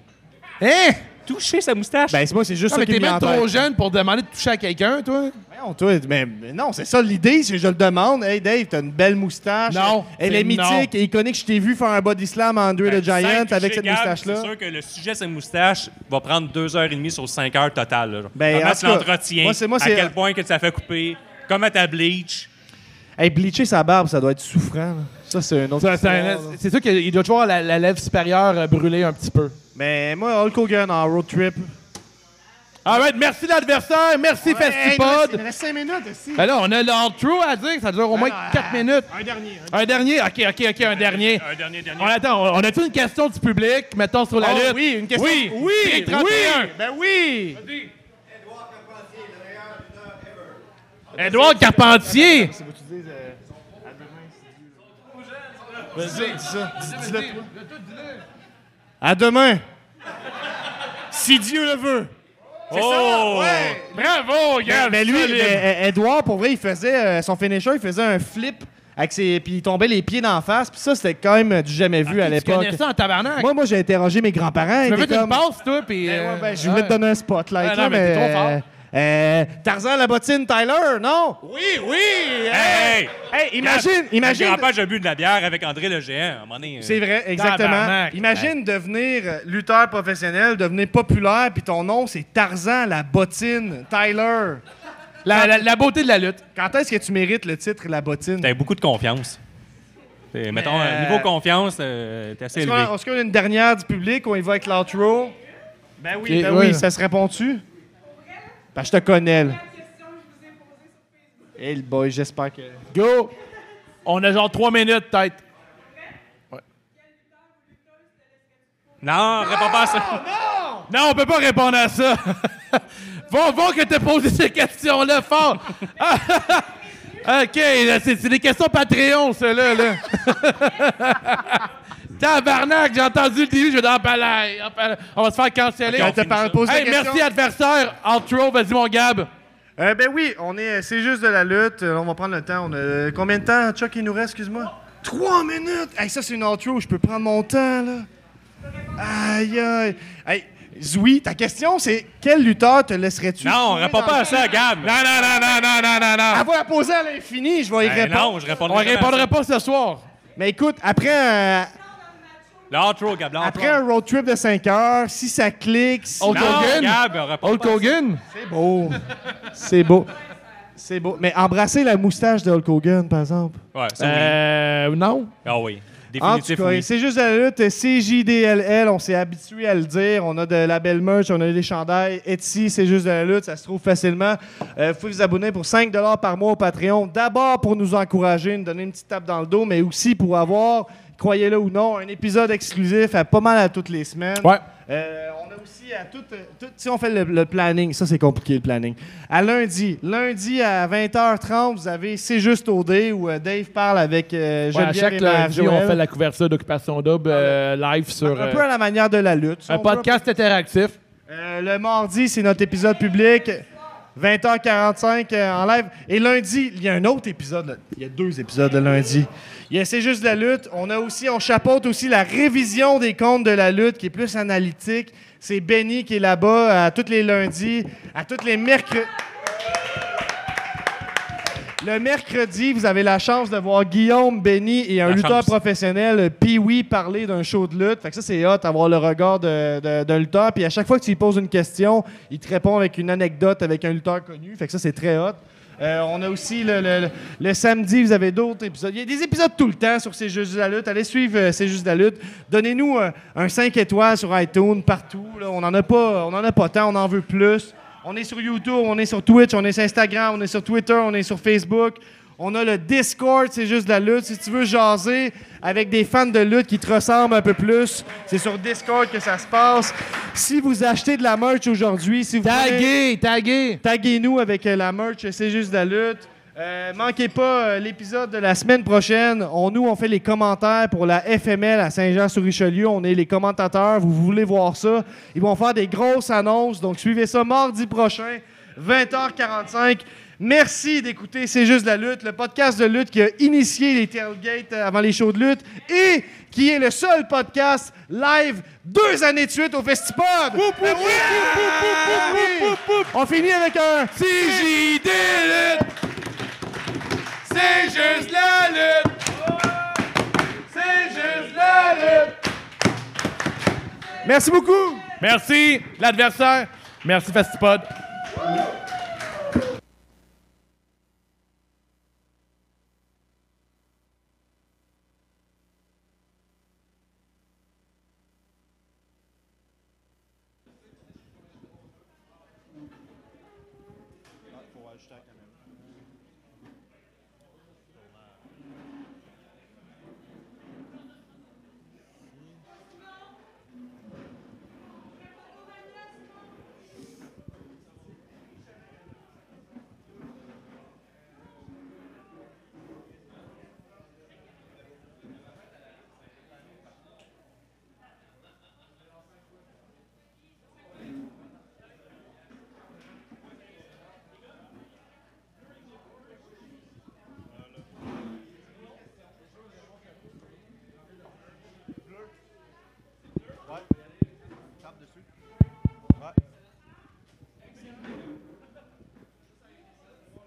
Speaker 1: Hein?
Speaker 3: Toucher sa moustache.
Speaker 4: Ben, c'est moi, c'est juste
Speaker 1: Non,
Speaker 4: ça
Speaker 1: Ah, mais
Speaker 4: qui
Speaker 1: t'es
Speaker 4: me met en
Speaker 1: même trop
Speaker 4: tête.
Speaker 1: jeune pour demander de toucher à quelqu'un, toi?
Speaker 4: Voyons, toi, mais, mais non, c'est ça l'idée, c'est je le demande. Hey Dave, t'as une belle moustache.
Speaker 1: Non,
Speaker 4: Elle est
Speaker 1: c'est non.
Speaker 4: mythique et iconique. Je t'ai vu faire un body slam en André
Speaker 3: Fait
Speaker 4: the
Speaker 3: que
Speaker 4: Giant
Speaker 3: Ben,
Speaker 4: avec
Speaker 3: cinq touchés,
Speaker 4: cette
Speaker 3: Gab,
Speaker 4: moustache-là.
Speaker 3: C'est sûr que le sujet, c'est moustache, va prendre deux heures et demie sur cinq heures total. là.
Speaker 4: Ben, en
Speaker 3: comment
Speaker 4: tout
Speaker 3: tu
Speaker 4: cas,
Speaker 3: l'entretiens,
Speaker 4: moi, c'est- moi,
Speaker 3: à
Speaker 4: c'est-
Speaker 3: quel point que tu la fais couper, comment tu bleach.
Speaker 4: Hey, bleacher sa barbe, ça doit être souffrant. là. Ça, c'est un autre.
Speaker 1: Ça, ça-
Speaker 4: histoire, là.
Speaker 1: C'est sûr qu'il doit toujours avoir la, la lèvre supérieure euh, brûlée un petit peu.
Speaker 4: Mais moi, Hulk Hogan en road trip.
Speaker 1: Alright, merci l'adversaire, merci Festipod.
Speaker 4: Il reste 5 minutes aussi.
Speaker 1: Ben là, on a l'All True à dire, ça dure au moins
Speaker 4: Ah.
Speaker 1: 4 minutes.
Speaker 4: Un dernier.
Speaker 1: Un dernier? hein. OK, OK, OK, un dernier.
Speaker 3: Un dernier, dernier.
Speaker 1: On attend, on on a-tu une question du public, mettons, sur la
Speaker 4: Oh,
Speaker 1: lutte?
Speaker 4: oui, une question.
Speaker 1: Oui,
Speaker 4: Oui,
Speaker 1: District 31.
Speaker 4: Ben oui!
Speaker 1: Édouard Carpentier.
Speaker 4: Dis ça. Dis-le toi. À demain. si Dieu le veut.
Speaker 3: Oh!
Speaker 8: Bravo, gars!
Speaker 4: mais lui,
Speaker 8: solide.
Speaker 4: mais, euh, Edouard, pour vrai, il faisait euh, son finisher, il faisait un flip avec ses, puis il tombait les pieds d'en face. Puis ça, c'était quand même euh, du jamais vu à
Speaker 8: Tu
Speaker 4: l'époque.
Speaker 8: connais ça en tabarnak?
Speaker 4: Moi, moi, j'ai interrogé mes grands-parents.
Speaker 8: Ah, Tu
Speaker 4: ils
Speaker 8: me fais
Speaker 4: étaient
Speaker 8: une
Speaker 4: comme-
Speaker 8: passe, toi, puis...
Speaker 4: Ben ouais,
Speaker 8: euh,
Speaker 4: ben, je voulais
Speaker 8: ouais.
Speaker 4: te donner un spotlight.
Speaker 8: Ah,
Speaker 4: là,
Speaker 8: non, mais t'es trop fort.
Speaker 4: euh, Tarzan la bottine, Tyler, non?
Speaker 1: Oui, oui!
Speaker 3: Hey! hey.
Speaker 4: Hey, imagine, imagine.
Speaker 3: Mon grand-père, j'ai bu de la bière avec André le géant. À un moment donné, euh,
Speaker 4: C'est vrai, exactement.
Speaker 8: Tabarnak.
Speaker 4: Imagine devenir euh, lutteur professionnel, devenir populaire, puis ton nom, c'est Tarzan la bottine, Tyler.
Speaker 8: La, la- la beauté de la lutte.
Speaker 4: Quand est-ce que tu mérites le titre La bottine?
Speaker 3: T'avais beaucoup de confiance. C'est, Mettons,
Speaker 4: Euh,
Speaker 3: niveau confiance, euh, t'es assez
Speaker 4: Est-ce qu'on
Speaker 3: élevé.
Speaker 4: a- est-ce qu'on a une dernière du public ou il va avec l'outro? Ben oui,
Speaker 8: Ok,
Speaker 4: ben
Speaker 8: ouais.
Speaker 4: oui, ça se répond-tu? Ben, je te connais. là. Hey, le boy, j'espère que.
Speaker 8: Go! On a genre trois minutes, peut-être.
Speaker 3: Non, réponds pas à ça.
Speaker 8: Non, on peut pas répondre à ça. Bon, bon que t'as posé ces questions-là fort. Ah, OK, là, c'est c'est des questions Patreon, ceux-là. Là. Tabarnak, j'ai entendu le début, je vais dans la palaille, en palaille. On va se faire canceller.
Speaker 4: On te parle, pose la
Speaker 8: Hey,
Speaker 4: question.
Speaker 8: merci, adversaire. Outro, vas-y, mon Gab.
Speaker 4: Euh, ben oui, on est, c'est juste de la lutte. Euh, On va prendre le temps. On a- combien de temps, Chuck, il nous reste, excuse-moi? Trois minutes! Hey, ça, c'est une outro. Je peux prendre mon temps, là. Aïe, aïe. Hey, Zoui, ta question, c'est quel lutteur te laisserais-tu?
Speaker 3: Non, réponds pas à ça, Gab. Non, non, non, non, non, non, non,
Speaker 4: Elle va la poser à l'infini, je vais y répondre.
Speaker 3: Ben, non, je répondrai
Speaker 8: On
Speaker 3: jamais à
Speaker 8: répondra pas ce soir.
Speaker 4: Mais écoute, après, un-
Speaker 3: ça. L'outro, Gab, l'outro.
Speaker 4: après un road trip de 5 heures, si ça clique, si...
Speaker 8: Hulk
Speaker 3: Non,
Speaker 8: Hogan?
Speaker 3: Gab, réponds
Speaker 8: Hulk
Speaker 3: pas à ça.
Speaker 8: Hogan?
Speaker 4: c'est beau. c'est beau. C'est beau. Mais embrasser la moustache de Hulk Hogan, par exemple.
Speaker 3: Ouais, ça, oui.
Speaker 8: Euh, non.
Speaker 3: Ah oui.
Speaker 4: En
Speaker 3: Définitif,
Speaker 4: tout cas,
Speaker 3: oui.
Speaker 4: c'est juste la lutte, c'est JDLL, on s'est habitué à le dire, on a de la belle merch, on a des chandails, Etsy, c'est juste de la lutte, ça se trouve facilement. Euh, vous pouvez vous abonner pour 5 par mois au Patreon, d'abord pour nous encourager, nous donner une petite tape dans le dos, mais aussi pour avoir, croyez-le ou non, un épisode exclusif à pas mal à toutes les semaines.
Speaker 8: Ouais.
Speaker 4: Euh, on a aussi à tout, euh, tout- si on fait le, le planning, ça c'est compliqué le planning. À lundi, lundi à 20h30, vous avez C'est juste au dé où euh, Dave parle avec euh,
Speaker 8: Ouais, à
Speaker 4: Geneviève
Speaker 8: chaque
Speaker 4: et Marie
Speaker 8: lundi, on
Speaker 4: Joël.
Speaker 8: fait la couverture d'Occupation Double euh, live sur
Speaker 4: Un
Speaker 8: euh,
Speaker 4: peu à la manière de la lutte.
Speaker 8: un
Speaker 4: On peut-
Speaker 8: podcast interactif.
Speaker 4: Euh, le mardi, c'est notre épisode public. 20h45 euh, en live. Et lundi, il y a un autre épisode. là. Il y a deux épisodes le lundi. Il y a C'est juste de la lutte. On a aussi, on chapeaute aussi la révision des comptes de la lutte qui est plus analytique. C'est Benny qui est là-bas euh, à tous les lundis, à tous les mercredis. Le mercredi, vous avez la chance de voir Guillaume Benny et un
Speaker 3: La
Speaker 4: lutteur
Speaker 3: chance.
Speaker 4: professionnel, euh, Pee-Wee, parler d'un show de lutte. Fait que ça, c'est hot, avoir le regard de- de- d'un lutteur. Puis à chaque fois que tu lui poses une question, il te répond avec une anecdote avec un lutteur connu. Fait que ça, c'est très hot. Euh, on a aussi le, le- le- le samedi, vous avez d'autres épisodes. Il y a des épisodes tout le temps sur C'est juste de la lutte. Allez suivre euh, C'est juste de la lutte. Donnez-nous euh, un 5 étoiles sur iTunes, partout. là. On n'en a, pas- on en a pas tant, on en veut plus. On est sur YouTube, on est sur Twitch, on est sur Instagram, on est sur Twitter, on est sur Facebook. On a le Discord, c'est juste de la lutte. Si tu veux jaser avec des fans de lutte qui te ressemblent un peu plus, c'est sur Discord que ça se passe. Si vous achetez de la merch aujourd'hui, si vous prenez-
Speaker 8: Tagué, tagué.
Speaker 4: taguez-nous avec euh, la merch, c'est juste de la lutte. Euh, manquez pas euh, l'épisode de la semaine prochaine. On, nous, on fait les commentaires pour la FML à Saint-Jean-sur-Richelieu. On est les commentateurs. Vous voulez voir ça? Ils vont faire des grosses annonces. Donc, suivez ça mardi prochain, 20h45. Merci d'écouter C'est juste de la lutte, le podcast de lutte qui a initié les tailgates euh, avant les shows de lutte et qui est le seul podcast live deux années de suite au Festipod. Ah oui! On finit avec un...
Speaker 1: CJD lutte! C'est juste la lutte! C'est juste la lutte!
Speaker 4: Merci beaucoup!
Speaker 8: Merci, l'adversaire. Merci, Fastipod.